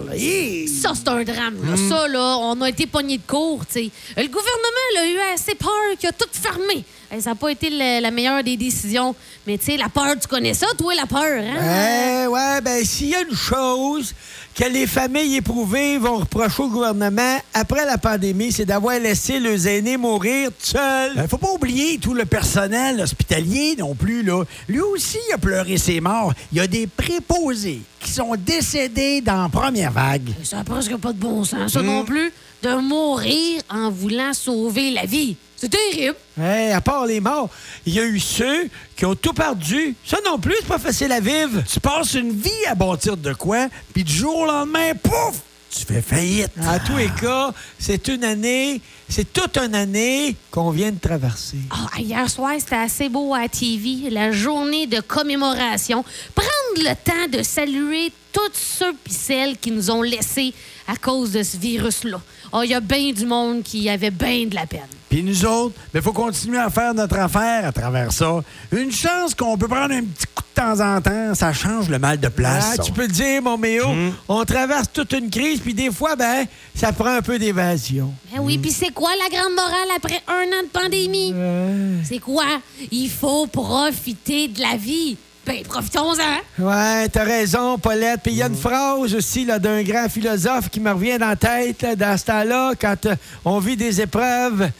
là. Hi! Ça, c'est un drame. là. Mm. Ça, là, on a été pogné de court. tu sais. Le gouvernement l'a eu assez peur qu'il a tout fermé. Hey, ça n'a pas été la, la meilleure des décisions. Mais tu sais, la peur, tu connais ça, toi, la peur. Hein? Euh, Ouais, ouais, ben s'il y a une chose que les familles éprouvées vont reprocher au gouvernement après la pandémie, c'est d'avoir laissé leurs aînés mourir seuls. Euh, faut pas oublier tout le personnel hospitalier non plus. Là. Lui aussi, il a pleuré ses morts. Il y a des préposés qui sont décédés dans la première vague. Ça n'a presque pas de bon sens, ça non plus, de mourir en voulant sauver la vie. C'est terrible. Ouais, Hein, à part les morts, il y a eu ceux qui ont tout perdu. Ça non plus, c'est pas facile à vivre. Tu passes une vie à bâtir de quoi, puis du jour au lendemain, pouf, tu fais faillite. En tous les cas, c'est une année, c'est toute une année qu'on vient de traverser. Ah, hier soir, c'était assez beau à la TV, la journée de commémoration. Prendre le temps de saluer tous ceux et celles qui nous ont laissés à cause de ce virus-là. Oh, il y a bien du monde qui avait bien de la peine. Puis nous autres, il faut continuer à faire notre affaire à travers ça. Une chance qu'on peut prendre un petit coup de temps en temps, ça change le mal de place. Ah, ça. tu peux le dire, mon Méo. On traverse toute une crise, puis des fois, ben, ça prend un peu d'évasion. Ben oui, puis c'est quoi la grande morale après un an de pandémie? C'est quoi? Il faut profiter de la vie. Ben, profitons-en. Ouais, t'as raison, Paulette. Puis il y a une phrase aussi là, d'un grand philosophe qui me revient dans la tête là, dans ce temps-là, quand euh, on vit des épreuves.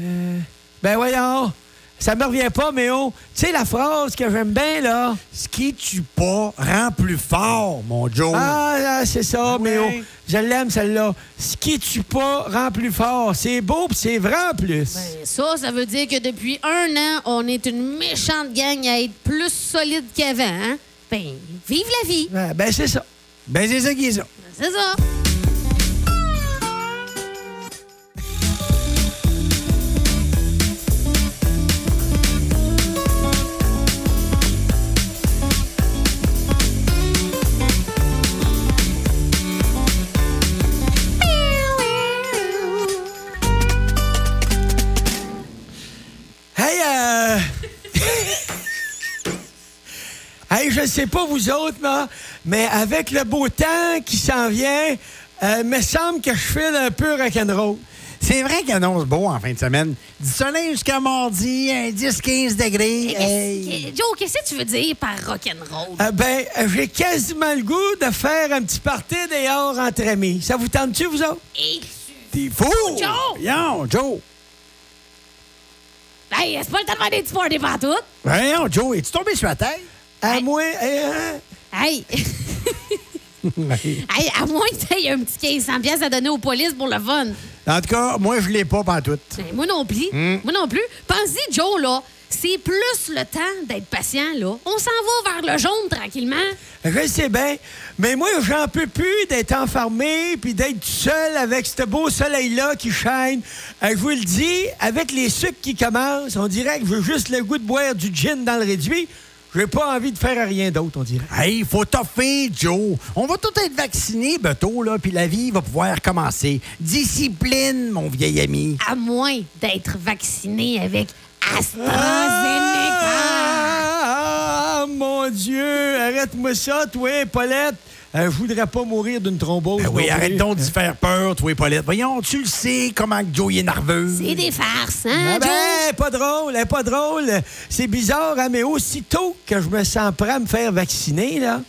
Euh, ben voyons, ça me revient pas, mais oh, tu sais la phrase que j'aime bien, là. Ce qui tue pas rend plus fort, mon Joe. Ah, ah, c'est ça, mais Ouais. oh, je l'aime, celle-là. Ce qui tue pas rend plus fort. C'est beau, puis c'est vrai en plus. Ben, ça, ça veut dire que depuis un an, on est une méchante gang à être plus solide qu'avant. hein? Ben, vive la vie. Ouais, ben c'est ça. Ben, c'est ça qui est ça. C'est ça. Hey, euh... hey, je sais pas vous autres, là, mais avec le beau temps qui s'en vient, euh, me semble que je file un peu rock'n'roll. C'est vrai qu'il annonce beau en fin de semaine. Du soleil jusqu'à mardi, un 10-15 degrés. Hey. Qu'est-ce que- Joe, qu'est-ce que tu veux dire par rock'n'roll? Euh, ben, euh, j'ai quasiment le goût de faire un petit party dehors entre amis. Ça vous tente-tu, vous autres? Et- T'es fou! Joe! Voyons, Joe! Hey, c'est pas le temps de faire des petits parties partout. Voyons, Joe, es-tu tombé sur la tête? À moi, euh, Hey! Ben, Hey, à moins que tu aies un petit 1500 pièces à donner aux polices pour le fun. En tout cas, moi, je l'ai pas pantoute. Ben, moi non plus. Moi non plus. Pense-y, Joe, là. C'est plus le temps d'être patient, là. On s'en va vers le jaune tranquillement. Je sais bien, mais moi, j'en peux plus d'être enfermé puis d'être tout seul avec ce beau soleil-là qui chaîne. Euh, je vous le dis, avec les sucres qui commencent, on dirait que j'ai juste le goût de boire du gin dans le réduit. J'ai pas envie de faire rien d'autre, on dirait. Hey, faut toffer, Joe. On va tous être vaccinés, bientôt, là, puis la vie va pouvoir commencer. Discipline, mon vieil ami. À moins d'être vacciné avec AstraZeneca. Ah, mon Dieu! Arrête-moi ça, toi, Paulette! Euh, je voudrais pas mourir d'une thrombose. Ben non oui, plus. arrête donc hein. d'y faire peur, toi, Paulette. Voyons, tu le sais comment que Joe il est nerveux. C'est des farces, Ah hein, ben, Joe? elle est pas drôle, elle est pas drôle. C'est bizarre, hein, mais aussitôt que je me sens prêt à me faire vacciner, là,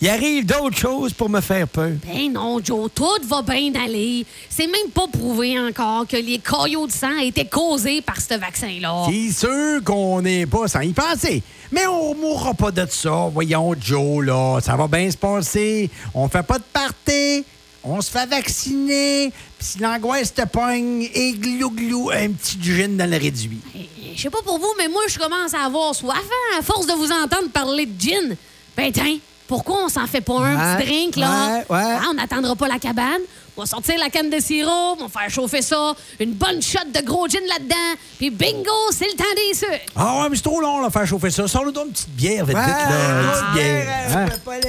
il arrive d'autres choses pour me faire peur. Ben non, Joe, tout va bien aller. C'est même pas prouvé encore que les caillots de sang étaient causés par ce vaccin-là. C'est sûr qu'on n'est pas sans y penser. Mais on mourra pas de ça. Voyons, Joe, là, ça va bien se passer. On fait pas de party. On se fait vacciner. Puis si l'angoisse te pogne, et glou glou, un petit gin dans le réduit. Je sais pas pour vous, mais moi, je commence à avoir soif hein, à force de vous entendre parler de gin. Ben, tiens, pourquoi on s'en fait pas un Ouais, petit drink, là? ouais, ouais. Hein, on n'attendra pas la cabane. On va sortir la canne de sirop, on va faire chauffer ça, une bonne shot de gros gin là-dedans, puis bingo, c'est le temps des sucres. Ah ouais, mais c'est trop long, là, faire chauffer ça. Sors-nous donc une petite bière, vite, vite, là, une petite bière. Hein?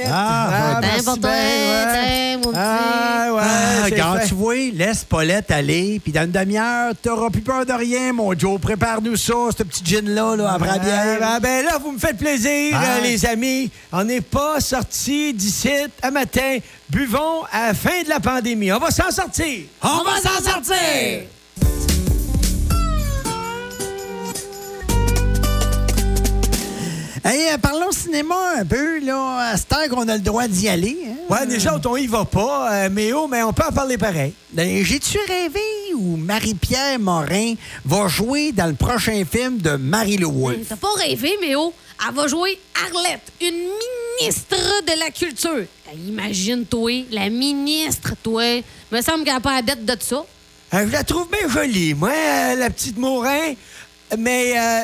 Ah, Ah, ben, merci pour toi, bien, tiens, ouais. mon petit. Ah, ouais, Ah, c'est regarde, fait. tu vois, laisse Paulette aller, puis dans une demi-heure, t'auras plus peur de rien, mon Joe. Prépare-nous ça, ce petit gin-là, là, après la bière. Ah, ben, ben là, vous me faites plaisir, Ah. euh, les amis. On n'est pas sortis d'ici à matin. Buvons à la fin de la pandémie. On va s'en sortir. On va s'en sortir! Hey, euh, parlons cinéma un peu, là. À cette heure qu'on a le droit d'y aller. hein. Ouais, déjà, on y va pas, euh, mais oh, mais on peut en parler pareil. Ben, J'ai-tu rêvé où Marie-Pierre Morin va jouer dans le prochain film de Marie-Lou Wolfe? T'as pas rêvé, mais oh, elle va jouer Arlette, une ministre de la culture. Ben, Imagine-toi, la ministre, toi. Me semble qu'elle a pas la dette de ça. Euh, je la trouve bien jolie, moi, euh, la petite Morin. Mais euh,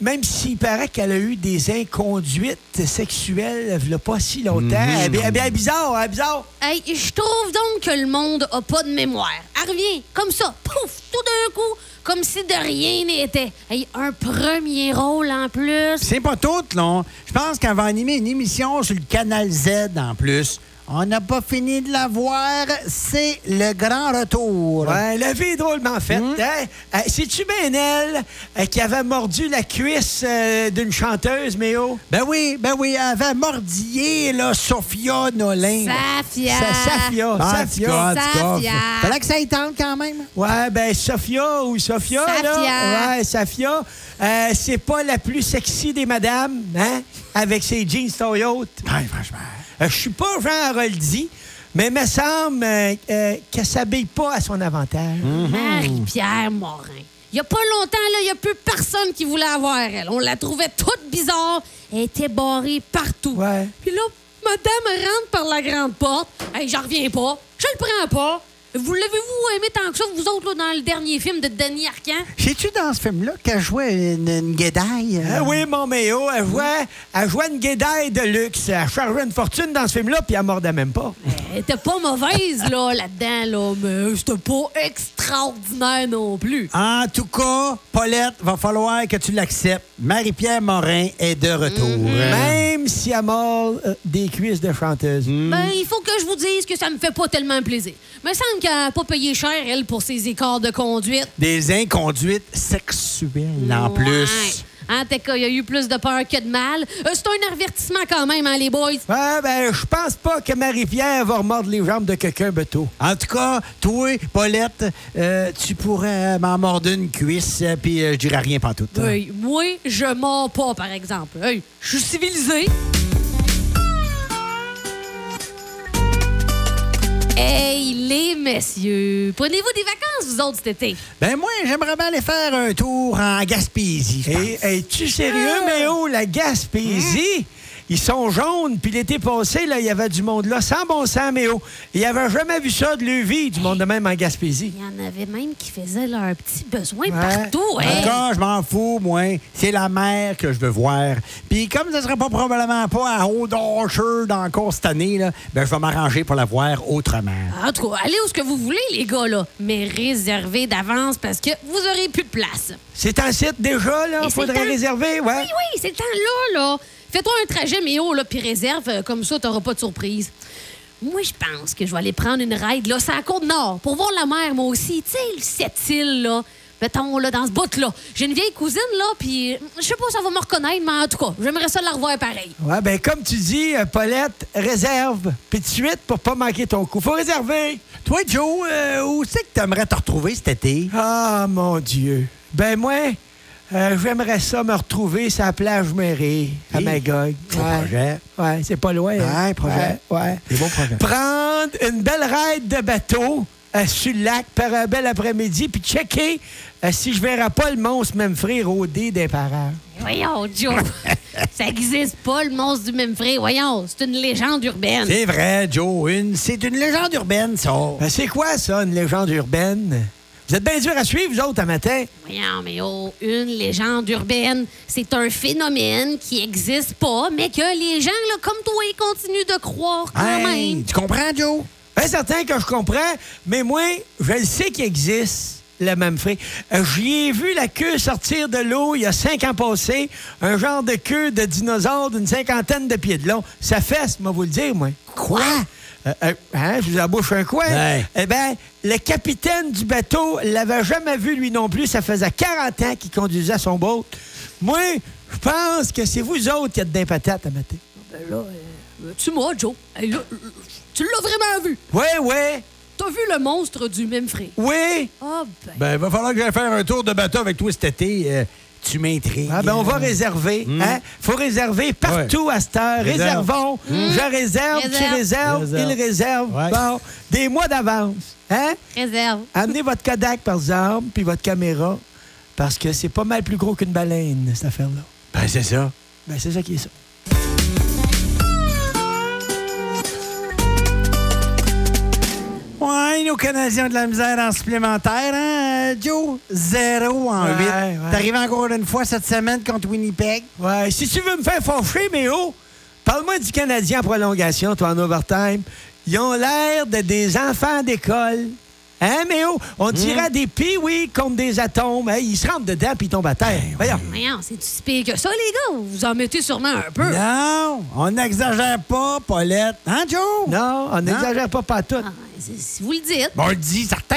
même s'il paraît qu'elle a eu des inconduites sexuelles il pas si longtemps. Elle, est- elle est bizarre, elle est bizarre. Hey, je trouve donc que le monde a pas de mémoire. Elle revient, comme ça, pouf, tout d'un coup, comme si de rien n'était. Hey, un premier rôle en plus. C'est pas tout, non. Je pense qu'elle va animer une émission sur le canal Z en plus. On n'a pas fini de la voir. C'est le grand retour. Ouais, la vie est drôlement faite. hein. Euh, C'est-tu bien elle euh, qui avait mordu la cuisse euh, d'une chanteuse, Méo? Ben oui, ben oui, elle avait mordillé, là, Sophia Nolin. Safia. Sa- Safia. Ah, en tout cas, Safia. en tout cas, Safia. Fallait que ça y tente quand même. Ouais, ben Sophia ou Sophia, Safia. là. Ouais, Safia. Euh, c'est pas la plus sexy des madames, hein? Avec ses jeans Toyota. Ben, franchement. Euh, Je suis pas Jean Haroldi, mais me semble euh, euh, qu'elle s'habille pas à son avantage. Hmm. Mhm. Marie-Pierre Morin. Il n'y a pas longtemps, là, il n'y a plus personne qui voulait avoir elle. On la trouvait toute bizarre. Elle était barrée partout. Ouais. Puis là, madame rentre par la grande porte. Hey, j'en reviens pas. Je le prends pas. Vous l'avez-vous aimé tant que ça, vous autres, là, dans le dernier film de Denis Arcand? Sais-tu dans ce film-là qu'elle jouait une, une guédaille? euh? Ah oui, mon Méo, elle jouait, elle jouait une guédaille de luxe. Elle chargeait une fortune dans ce film-là, puis elle mordait même pas. Elle était pas mauvaise, là, là-dedans, là, mais c'était pas extraordinaire non plus. En tout cas, Paulette, va falloir que tu l'acceptes. Marie-Pierre Morin est de retour. Euh, Même si elle mord euh, des cuisses de chanteuse. Ben, il faut que je vous dise que ça me fait pas tellement plaisir. Me semble qu'elle a pas payé cher, elle, pour ses écarts de conduite. Des inconduites sexuelles en plus. Ouais. En tout cas, il y a eu plus de peur que de mal. Euh, c'est un avertissement quand même, hein, les boys. Ouais, ben, je pense pas que Marie-Pierre va remordre les jambes de quelqu'un, Beto. En tout cas, toi, Paulette, euh, tu pourrais m'en mordre une cuisse, euh, puis euh, je dirais rien pantoute. Hey, moi, je mords pas, par exemple. Hey, je suis civilisé. Hey, les messieurs, prenez-vous des vacances, vous autres, cet été? Ben moi, j'aimerais bien aller faire un tour en Gaspésie. je pense. Et es-tu sérieux, Méo, la Gaspésie? Ils sont jaunes, puis l'été passé, là, il y avait du monde là, sans bon sens, Méo. Il avait jamais vu ça de leur vie, du monde de même en Gaspésie. Il y en avait même qui faisaient leurs petits besoins Ouais. partout. hein. En hey. tout cas, je m'en fous, moi. C'est la mer que je veux voir. Puis comme ce serait pas probablement pas à Haut-Dorchard encore cette année, là, ben je vais m'arranger pour la voir autrement. En tout cas, allez où ce que vous voulez, les gars, là. Mais réservez d'avance parce que vous aurez plus de place. C'est un site déjà, là, Et c'est Ah, faudrait le temps. réserver, ouais. Oui, oui, c'est le temps-là, là. Fais-toi un trajet, Méo, là, puis réserve. euh, Comme ça, t'auras pas de surprise. Moi, je pense que je vais aller prendre une ride, là, sur la Côte-Nord, pour voir la mer, moi aussi. Tu sais, le- cette île, là. Mettons, là, dans ce bout-là. J'ai une vieille cousine, là, puis euh, je sais pas si elle va me reconnaître, mais en tout cas, j'aimerais ça la revoir pareil. Ouais, ben comme tu dis, euh, Paulette, réserve, puis de suite pour pas manquer ton coup. Faut réserver. Toi, Joe, euh, où c'est que t'aimerais te retrouver cet été? Ah, mon Dieu. Ben moi, euh, j'aimerais ça me retrouver sur la plage Mairie, à Oui. Magog. Beau projet. Ouais, c'est pas loin. hein. Ouais, projet. Ouais, ouais. Des bons projets. Prendre une belle ride de bateau euh, sur le lac par un bel après-midi, puis checker euh, si je verrai pas le monstre même frère rôder des parents. Voyons, Joe. ça existe pas, le monstre du Memphis. Voyons, c'est une légende urbaine. C'est vrai, Joe. Une... C'est une légende urbaine, ça. Ben, c'est quoi ça, une légende urbaine? Vous êtes bien dur à suivre, vous autres, à matin? Voyons, mais oh, une légende urbaine, c'est un phénomène qui existe pas, mais que les gens, là, comme toi, ils continuent de croire quand Hey, même. tu comprends, Joe? Bien certain que je comprends, mais moi, je le sais qu'il existe, le Mamfrey. Euh, J'y ai vu la queue sortir de l'eau il y a cinq ans passés, un genre de queue de dinosaure d'une cinquantaine de pieds de long. Ça fesse, moi, vous le dire, moi. Quoi? hein, je vous embauche un coin. Ouais. Eh bien, le capitaine du bateau l'avait jamais vu, lui non plus. Ça faisait 40 ans qu'il conduisait son boat. Moi, je pense que c'est vous autres qui êtes des patates à mater. Ben euh, Tu moi, Joe. Hey, là, euh, tu l'as vraiment vu. Oui, oui, T'as vu le monstre du Memphis. oui. Ah ben. Ben, va falloir que j'aille faire un tour de bateau avec toi cet été. Euh, tu m'intrigues. Ah ben on va réserver. Il faut réserver partout à cette heure. Mm. Réserve. Mm. Réservons. Je réserve, Réserve. tu réserves, Réserve. il réserve. Ouais. Bon, des mois d'avance. Hein? Réserve. Amenez votre Kodak, par exemple, puis votre caméra, parce que c'est pas mal plus gros qu'une baleine, cette affaire-là. Ben, c'est ça. Ben, c'est ça qui est ça. Ouais, nos Canadiens ont de la misère en supplémentaire, hein? euh, Joe, zéro en Ouais, huit. ouais. T'arrives encore une fois cette semaine contre Winnipeg. Ouais, si tu veux me faire forcher, Méo, parle-moi du Canadien en prolongation, toi, en overtime. Ils ont l'air de des enfants d'école. Hein, Méo? On dira des pis-oui contre des atomes. Hey, ils se rentrent dedans puis ils tombent à terre. Voyons. Voyons, c'est du si pire que ça, les gars. Vous en mettez sûrement un peu. Non, on n'exagère pas, Paulette. Hein, Joe? Non, on n'exagère pas pas tout. Ah, c'est- si vous le dites. Bon, on le dit, certain.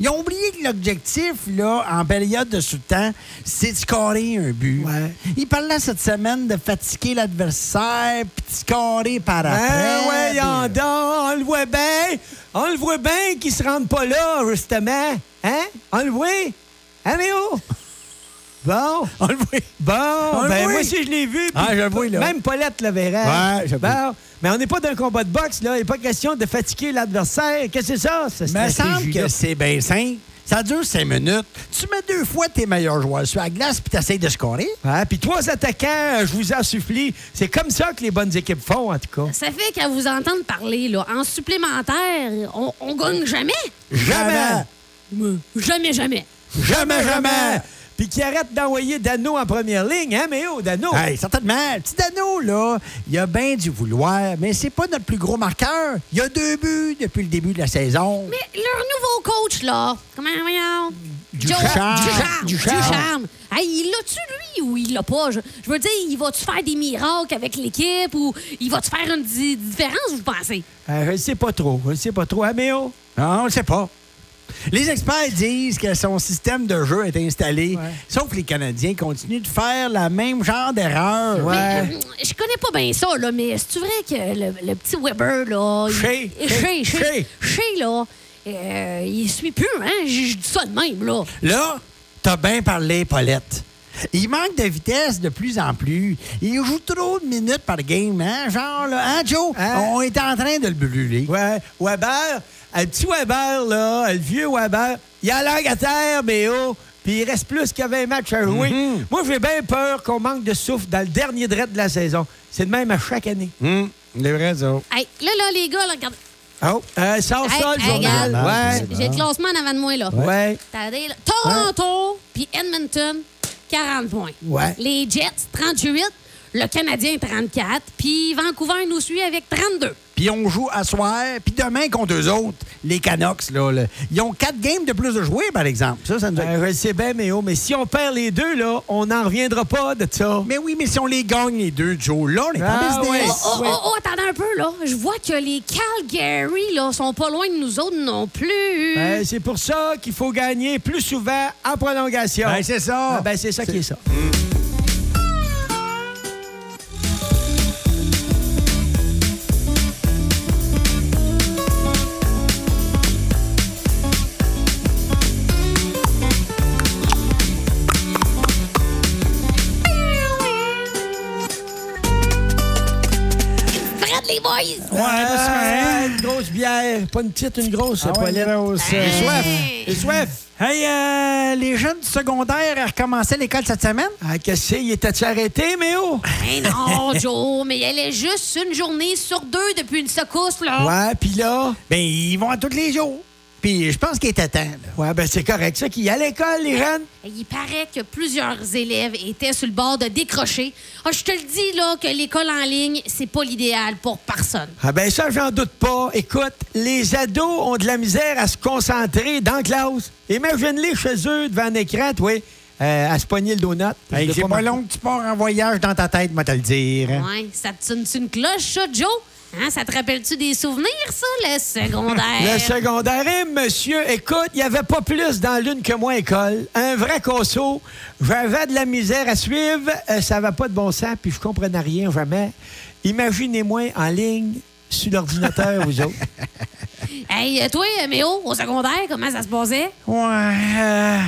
Ils ont oublié que l'objectif, là, en période de sous-temps, c'est de scorer un but. Ouais. Ils parlaient cette semaine de fatiguer l'adversaire puis de scorer par après. Hein, puis- euh, voyons donc, on le voit bien. On le voit bien qu'ils se rendent pas là, justement. Hein? On le voit? Hein, Méo? Bon. On le voit. On Bon, le ben voit. moi aussi je l'ai vu. puis Ah, je le vois, là. Même Paulette le verrait. Ouais, je le vois. Bon, mais on n'est pas d'un combat de boxe, là. Il n'est pas question de fatiguer l'adversaire. Qu'est-ce que c'est ça? Ça Il me semble que c'est bien simple. Ça dure cinq minutes. Tu mets deux fois tes meilleurs joueurs sur la glace puis t'essayes de scorer. Ouais, Ah, puis trois attaquants, euh, je vous en supplie. C'est comme ça que les bonnes équipes font, en tout cas. Ça fait qu'à vous entendre parler, là, en supplémentaire, on, on gagne jamais. Jamais! Mais Jamais, jamais. Jamais, jamais! Puis qui arrête d'envoyer Dano en première ligne, hein, mais oh, Dano! Hey, certainement. Le petit Dano, là, il a bien du vouloir, mais c'est pas notre plus gros marqueur. Il a deux buts depuis le début de la saison. Mais leur nouveau coach, là, comment, voyons? Joe- charme. Ducharme. Du charme. Ducharme. Hey, il l'a-tu, lui, ou il l'a pas? Je, je veux dire, il va-tu faire des miracles avec l'équipe ou il va-tu faire une di- différence, vous pensez? Euh, je ne sais pas trop, je ne sais pas trop, hein, mais oh. Non, Ah, on le sait pas. Les experts disent que son système de jeu est installé, Ouais. sauf que les Canadiens continuent de faire la même genre d'erreur. Ouais. Mais, euh, je connais pas bien ça, là, mais c'est vrai que le, le petit Weber, là. il- Shea, Shea, Shea, Shea, Shea. Shea, là. euh, il suit plus, hein? Je je dis ça de même, là. Là, t'as bien parlé, Paulette. Il manque de vitesse de plus en plus. Il joue trop de minutes par game, hein? Genre, là, hein, Joe? Hein? On est en train de le brûler. Ouais, Weber, euh, le petit Weber, là, euh, le vieux Weber, il a l'air à terre, mais oh, puis il reste plus que 20 matchs à jouer. Mm-hmm. Moi, j'ai bien peur qu'on manque de souffle dans le dernier dret de la saison. C'est de même à chaque année. Hum, les vrais, Hey, là, là, les gars, là, regardez. Oh, euh, sors Hey, ça, le hey, journal. regarde. Ouais. bon. J'ai le classement en avant de moi, là. Ouais. Attendez, là. Toronto, puis Edmonton, 40 points. Ouais. Les Jets, 38. Le Canadien, 34. Puis Vancouver nous suit avec 32. Puis on joue à soir, puis demain contre eux autres, les Canucks, là, là. Ils ont quatre games de plus de jouer, par exemple. Ça, ça nous a- Euh, je le sais bien, mais oh, mais si on perd les deux, là, on n'en reviendra pas de ça. Mais oui, mais si on les gagne, les deux, Joe, là, on est Ah, en business. ouais. Oh, oh, oh, oh, attendez un peu, là. Je vois que les Calgary, là, sont pas loin de nous autres non plus. Ben, c'est pour ça qu'il faut gagner plus souvent en prolongation. Ben, c'est ça. Ah, ben, c'est ça qui est ça. Fred, les boys! Ouais, Ah, une grosse bière. Pas une petite, une grosse, Ah ouais, Paulette. une grosse, Hein? euh, J'ai soif. Hey. J'ai soif. Hey, euh, les jeunes du secondaire recommençaient l'école cette semaine? Ah, qu'est-ce que c'est? Il était-tu arrêté, Méo? Ben non, Joe, mais elle est juste une journée sur deux depuis une secousse, là. Ouais, puis là... Ben, ils vont à tous les jours. Puis je pense qu'il était temps, là. Ouais, ben c'est correct, ça, qu'il y a à l'école, les jeunes. Il paraît que plusieurs élèves étaient sur le bord de décrocher. Ah, je te le dis, là, que l'école en ligne, c'est pas l'idéal pour personne. Ah ben ça, j'en doute pas. Écoute, les ados ont de la misère à se concentrer dans la classe. Imagine-les chez eux devant un écran, toi, euh, à se pogner le donut. Je Hey, l'ai c'est pas marqué. long que tu pars en voyage dans ta tête, moi, te le dire. hein. Ouais, ça te sonne une cloche, ça, Joe? Hein, ça te rappelle-tu des souvenirs, ça, le secondaire? Le secondaire, Eh, monsieur, écoute, il n'y avait pas plus dans l'une que moi école. Un vrai conso. J'avais de la misère à suivre. euh, ça n'avait pas de bon sens, puis je comprenais rien jamais. Imaginez-moi en ligne sur l'ordinateur, vous autres. Hey, euh, toi, Méo, au secondaire, comment ça se passait? Ouais. euh,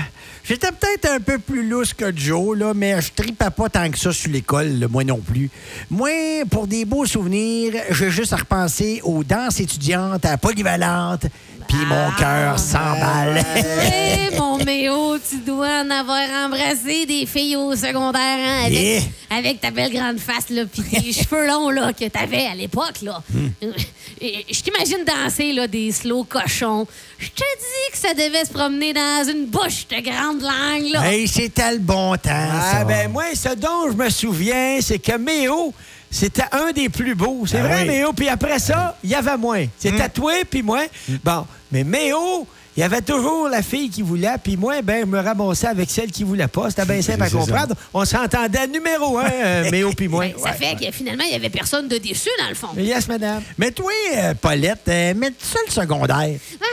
J'étais peut-être un peu plus lousse que Joe, là, mais je tripais pas tant que ça sur l'école, là, moi non plus. Moi, pour des beaux souvenirs, j'ai juste à repenser aux danses étudiantes à polyvalente puis mon Ah. cœur s'emballe. Eh, mon méo, tu dois en avoir embrassé des filles au secondaire, hein, avec, Yeah. avec ta belle grande face, là, puis tes cheveux longs, là, que t'avais à l'époque, là. Hmm. Euh, Et Je t'imagine danser, là, des slow cochons. Je te dis que ça devait se promener dans une bouche de grande langue, là. Hey, c'était le bon temps, Ah, ça. ben moi, ce dont je me souviens, c'est que Méo, c'était un des plus beaux. C'est Ah vrai, oui. Ben Mm. Méo. Puis après ça, il y avait moins. C'était toi, puis moi. Bon, mais Méo, il y avait toujours la fille qui voulait, puis moi, ben, je me ramassais avec celle qui voulait pas. C'était bien simple à C'est ça. comprendre. On s'entendait numéro un, euh, Méo, puis moi. Ben, ça fait que finalement, il n'y avait personne de déçu, dans le fond. Yes, madame. Mais toi, euh, Paulette, euh, mais tu sais le secondaire. Ah,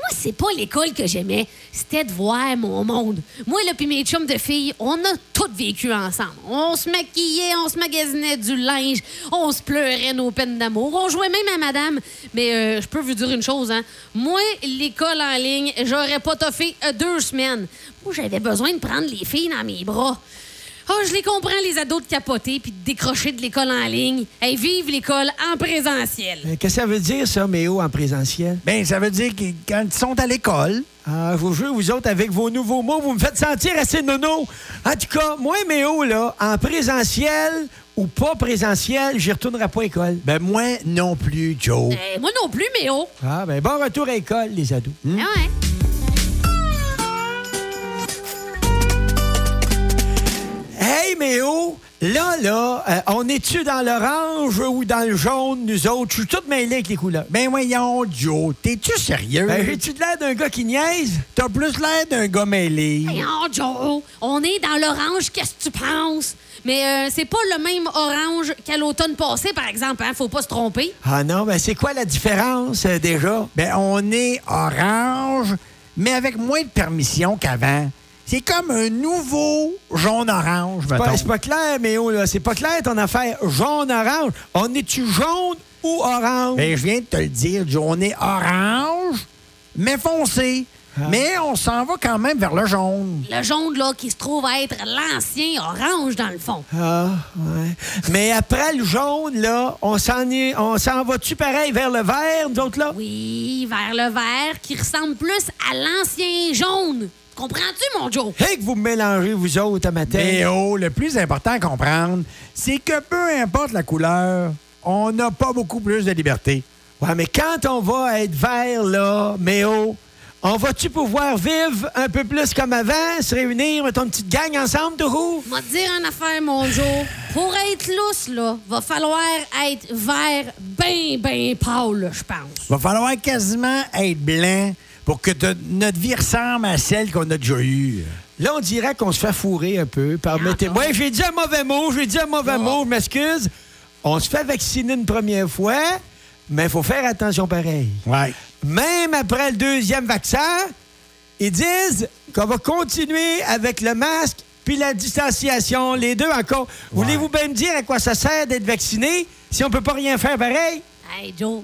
moi, c'est pas l'école que j'aimais. C'était de voir mon monde. Moi, là, puis mes chums de filles, on a tout vécu ensemble. On se maquillait, on se magasinait du linge, on se pleurait nos peines d'amour, on jouait même à madame. Mais euh, je peux vous dire une chose, hein. Moi, l'école en ligne, j'aurais pas toffé euh, deux semaines. Moi, j'avais besoin de prendre les filles dans mes bras. Ah, je les comprends, les ados de capoter puis de décrocher de l'école en ligne. Hey, vive l'école en présentiel. Euh, Qu'est-ce que ça veut dire, ça, Méo, en présentiel? Ben, ça veut dire que quand ils sont à l'école, Ah, je vous jure, vous autres, avec vos nouveaux mots, vous me faites sentir assez nono. En tout cas, moi, Méo, là, en présentiel ou pas présentiel, j'y retournerai pas à école. ben moi non plus, Joe. Eh, moi non plus, mais oh. Ah, ben bon retour à école, les ados. Ah ouais. Hey, Méo, là, là, euh, on est-tu dans l'orange ou dans le jaune, nous autres? Je suis tout mêlé avec les couleurs. Ben voyons, Joe, t'es-tu sérieux? Ben, j'ai-tu de l'air d'un gars qui niaise? T'as plus l'air d'un gars mêlé. Voyons, oh, Joe, on est dans l'orange, qu'est-ce que tu penses? Mais euh, c'est pas le même orange qu'à l'automne passé, par exemple, hein? Faut pas se tromper. Ah non, ben c'est quoi la différence, euh, déjà? Ben, on est orange, mais avec moins de permission qu'avant. C'est comme un nouveau jaune-orange, C'est pas- mettons. Ben, C'est pas clair, Méo, là. C'est pas clair ton affaire jaune-orange. On est-tu jaune ou orange? Ben, je viens de te le dire, Joe, on est orange, mais foncé. Ah. Mais on s'en va quand même vers le jaune. Le jaune, là, qui se trouve à être l'ancien orange, dans le fond. Ah, ouais. Mais après le jaune, là, on s'en est- on s'en va-tu pareil vers le vert, nous autres, là? Oui, vers le vert, qui ressemble plus à l'ancien jaune. Comprends-tu, mon Joe? Hey, que vous me mélangez, vous autres, à matin. Mais oh, le plus important à comprendre, c'est que peu importe la couleur, on n'a pas beaucoup plus de liberté. Ouais, mais quand on va être vert, là, mais oh, on va-tu pouvoir vivre un peu plus comme avant, se réunir, mettons, une petite gang ensemble, Tourou? Moi, te dire une affaire, mon Joe. Pour être lousse, là, va falloir être vert ben, ben pâle, là, je pense. Va falloir quasiment être blanc pour que te- notre vie ressemble à celle qu'on a déjà eue. Là, on dirait qu'on se fait fourrer un peu. Permettez. Moi, j'ai dit un mauvais mot, j'ai dit un mauvais mot, je m'excuse. On se fait vacciner une première fois, mais il faut faire attention pareil. Ouais. même après le deuxième vaccin, ils disent qu'on va continuer avec le masque puis la distanciation, les deux encore. Voulez-vous bien me dire à quoi ça sert d'être vacciné si on peut pas rien faire pareil? Hey, Joe,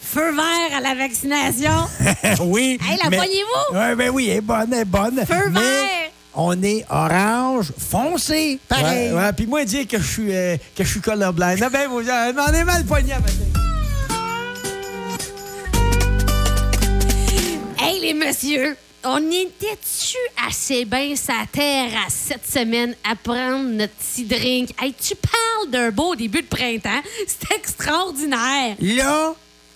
feu vert à la vaccination. oui. Hey, la mais- voyez-vous? Ouais, ben oui, elle est bonne, elle est bonne. Feu mais vert. On est orange foncé, pareil. Ouais, ouais, puis moi dire que je suis euh, que je suis colorblind. Ah ben vous euh, m'en avez mal poigné à matin. Hey les messieurs, on était-tu assez bien sa terre à cette semaine à prendre notre petit drink? Hey, tu parles d'un beau début de printemps. C'est extraordinaire. Là,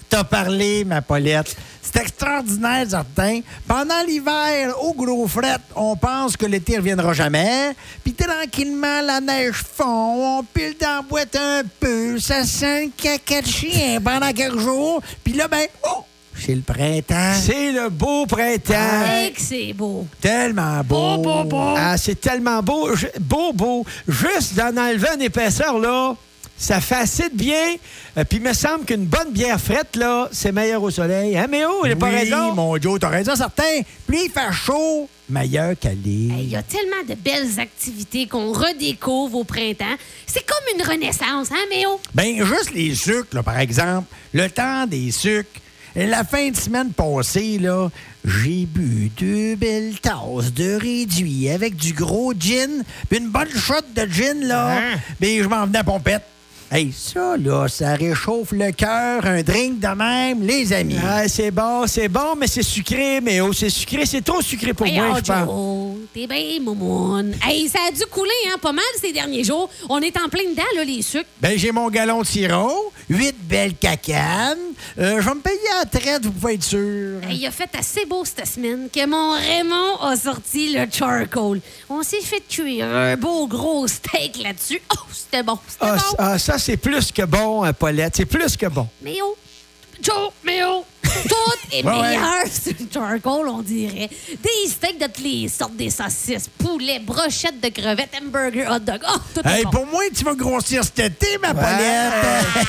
t'as parlé, ma Paulette. C'est extraordinaire, certain. Pendant l'hiver, au gros fret, on pense que l'été reviendra jamais. Puis tranquillement, la neige fond, on pile dans la boîte un peu, ça sent le caca de chien pendant quelques jours. Puis là, ben, oh, c'est le printemps. C'est C'est le beau printemps. Hey, que c'est beau. tellement beau. Beau, beau, beau. Ah, c'est tellement beau, ju- beau, beau. Juste d'en enlever une épaisseur, là, ça fait assez de bien. Euh, Puis il me semble qu'une bonne bière frette, là, c'est meilleur au soleil. Hein, mais oh, j'ai pas oui, raison. mon Joe, t'as raison, certain. Plus il fait chaud, meilleur qu'aller. Hey, Il y a tellement de belles activités qu'on redécouvre au printemps. C'est comme une renaissance, hein, Méo? Ben, juste les sucres, là, par exemple. Le temps des sucres. La fin de semaine passée, là, j'ai bu deux belles tasses de réduit avec du gros gin, puis une bonne shot de gin, là. Hein? Puis je m'en venais à pompette. Hey, ça, là, ça réchauffe le cœur, un drink de même, les amis. Ah, c'est bon, c'est bon, mais c'est sucré, mais oh, c'est sucré, c'est trop sucré pour Voyons, moi, je pense. Joe, t'es bien moumoune. Hey, ça a dû couler hein, pas mal ces derniers jours. On est en plein dedans, là, les sucres. Ben, j'ai mon galon de sirop, huit belles cacanes. Euh, je vais me payer à la traite, vous pouvez être sûr. Hey, il a fait assez beau cette semaine que mon Raymond a sorti le charcoal. On s'est fait cuire un beau gros steak là-dessus. Oh, c'était bon, c'était Ah, bon. c- ah, ça, c'est plus que bon, hein, Paulette. C'est plus que bon. Mais oh, Joe, mais oh, tout est Ouais, ouais. meilleur sur le charcoal, on dirait. Des steaks de toutes les sortes, des saucisses, poulet, brochettes de crevettes, hamburger, hot dog. Oh, tout est Hey, bon. pour moi, tu vas grossir cet été, ma Ah, Paulette.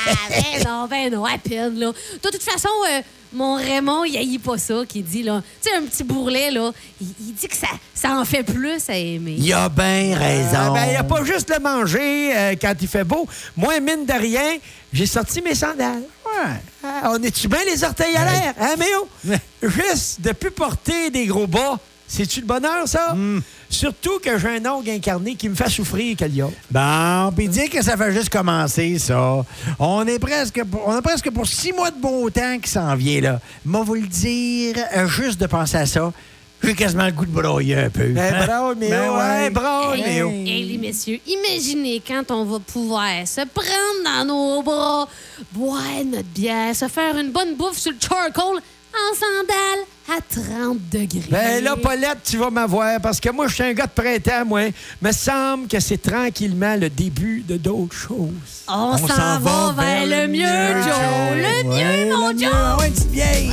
ben non, ben non, à peine, là. De toute façon, euh, mon Raymond, il haït pas ça qu'il dit, là. Tu sais, un petit bourrelet, là, il, il dit que ça, ça en fait plus à aimer. Il a bien Ah, raison. ben, il n'y a pas juste le manger euh, quand il fait beau. Moi, mine de rien, j'ai sorti mes sandales. Ouais. Ah, on est-tu bien les orteils à l'air, hein, Méo? Juste de plus porter des gros bas, c'est-tu le bonheur, ça? Surtout que j'ai un ongle incarné qui me fait souffrir, Calia. Bon, puis dire que ça fait juste commencer, ça. On est presque pour, on a presque pour six mois de beau temps qui s'en vient, là. Moi, vous le dire, euh, juste de penser à ça, j'ai quasiment le goût de broyer un peu. Ben, Hein? bravo, Méo. Ben ouais. hein, bravo, Hey, Méo. hey, les Eh messieurs, imaginez quand on va pouvoir se prendre dans nos bras, boire notre bière, se faire une bonne bouffe sur le charcoal en sandales à 30 degrés. Ben là, Paulette, tu vas m'avoir parce que moi, je suis un gars de printemps, moi. Me semble que c'est tranquillement le début de d'autres choses. on s'en va vers le mieux, Joe. Le Ouais, mieux, mon le Joe. mieux. Ouais, petite vieille.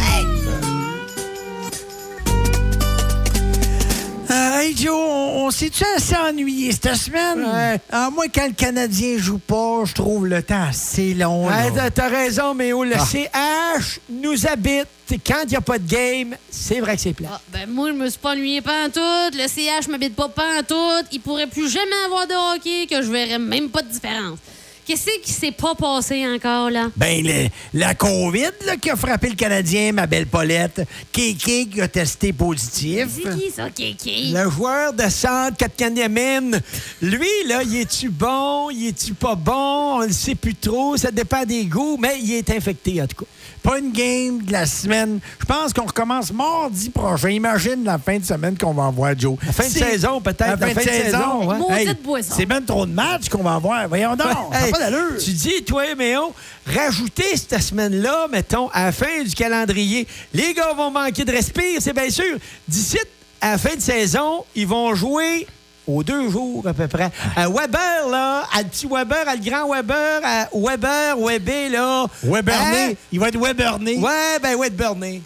Euh, hey, Joe, on, on s'est-tu assez ennuyé cette semaine? Ouais. Ah, moi, quand le Canadien joue pas, je trouve le temps assez long. là. Ouais, t'as- T'as raison, Méo. Le CH nous habite. Quand il n'y a pas de game, c'est vrai que c'est plat. Ah, ben moi, je me suis pas ennuyé pas en tout. Le CH m'habite pas pas en tout. Il pourrait plus jamais avoir de hockey que je verrais même pas de différence. Qu'est-ce qui s'est pas passé encore, là? Ben, le- la COVID là, qui a frappé le Canadien, ma belle Paulette. Kéké qui a testé positif. C'est qui, ça, Kiki? Le joueur de centre, Katkaniemine, lui, là, il est-tu bon, il est-tu pas bon, on le sait plus trop, ça dépend des goûts, mais il est infecté, en tout cas. Pas une game de la semaine. Je pense qu'on recommence mardi prochain. Imagine la fin de semaine qu'on va avoir, Joe. La fin de C'est- saison, peut-être, La fin de saison. ouais. Maudite Hey, boisson. c'est même trop de matchs qu'on va avoir. Voyons donc, ça n'a Hey, pas d'allure. Tu dis, toi, Méo, rajouter cette semaine-là, mettons, à la fin du calendrier, les gars vont manquer de respire, c'est bien sûr. D'ici à la fin de saison, ils vont jouer aux deux jours à peu près. À Weber, là, à le petit Weber, à le grand Weber, à Weber, Webé, là. Weberné, Hein? il va être Weberné. Ouais, ben ouais, de Bernier.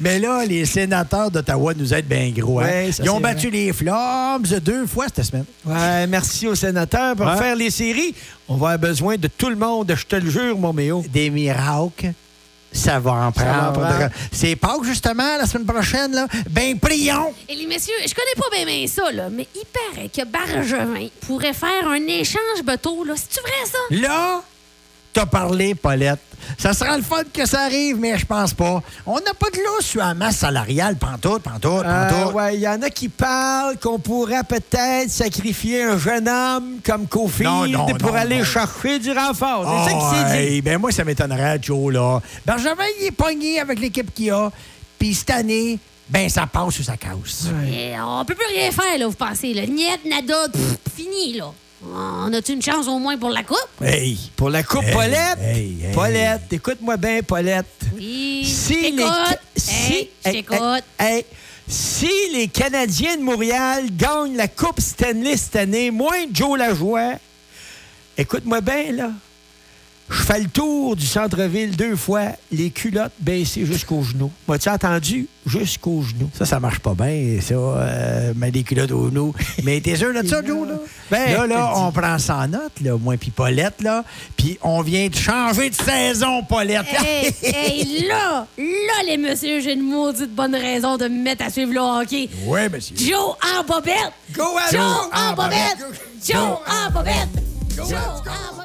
Mais là, les sénateurs d'Ottawa nous aident bien gros. hein. Ouais, ça, Ils ont c'est battu les Flames deux fois cette semaine. Ouais, merci aux sénateurs pour Ouais. faire les séries. On va avoir besoin de tout le monde, je te le jure, mon Méo. des miracles. Ça va en Ça va en prendre. prendre. C'est Pâques, justement, la semaine prochaine. Là. Ben, prions! Et les messieurs, je connais pas bien bien ça, là, mais il paraît que Bargevin pourrait faire un échange bateau, là. C'est-tu vrai, ça? Là, t'as parlé, Paulette. Ça sera le fun que ça arrive, mais je pense pas. On n'a pas de l'eau sur la masse salariale, pantoute, pantoute, Euh, pantoute. ouais, il y en a qui parlent qu'on pourrait peut-être sacrifier un jeune homme comme Kofi Non, non, pour non, aller non. chercher du renfort. C'est ça qui Ah, s'est dit. hey, ben moi, ça m'étonnerait, Joe, là. Benjamin, il est pogné avec l'équipe qu'il a. Puis cette année, ben, ça passe ou ça casse. Et Eh, on peut plus rien faire, là, vous pensez, là. Niet, nada, pff, fini, là. On a-tu une chance au moins pour la coupe? Hey! Pour la coupe Hey, Paulette, hey, hey. Paulette, écoute-moi bien, Paulette. Oui. Si J'écoute. les, Hey, si, je hey, t'écoute. hey, hey, si les Canadiens de Montréal gagnent la Coupe Stanley cette année, moins Joe Lajoie, écoute-moi bien, là. Je fais le tour du centre-ville deux fois, les culottes baissées jusqu'aux genoux. M'as-tu entendu? Jusqu'aux genoux. Ça, ça marche pas bien, ça, euh, mais des culottes au nous. Mais t'es sûr de ça, Joe, là? Ben, là, je te là, le dis. on prend ça en note, là, moi puis Paulette, là, puis on vient de changer de saison, Paulette. Hey, hey, là, là, les messieurs, j'ai une maudite bonne raison de me mettre à suivre le hockey. ouais, monsieur. Joe en bobette! Go, Allo! Joe en bobette! Joe en bobette! Joe en bobette!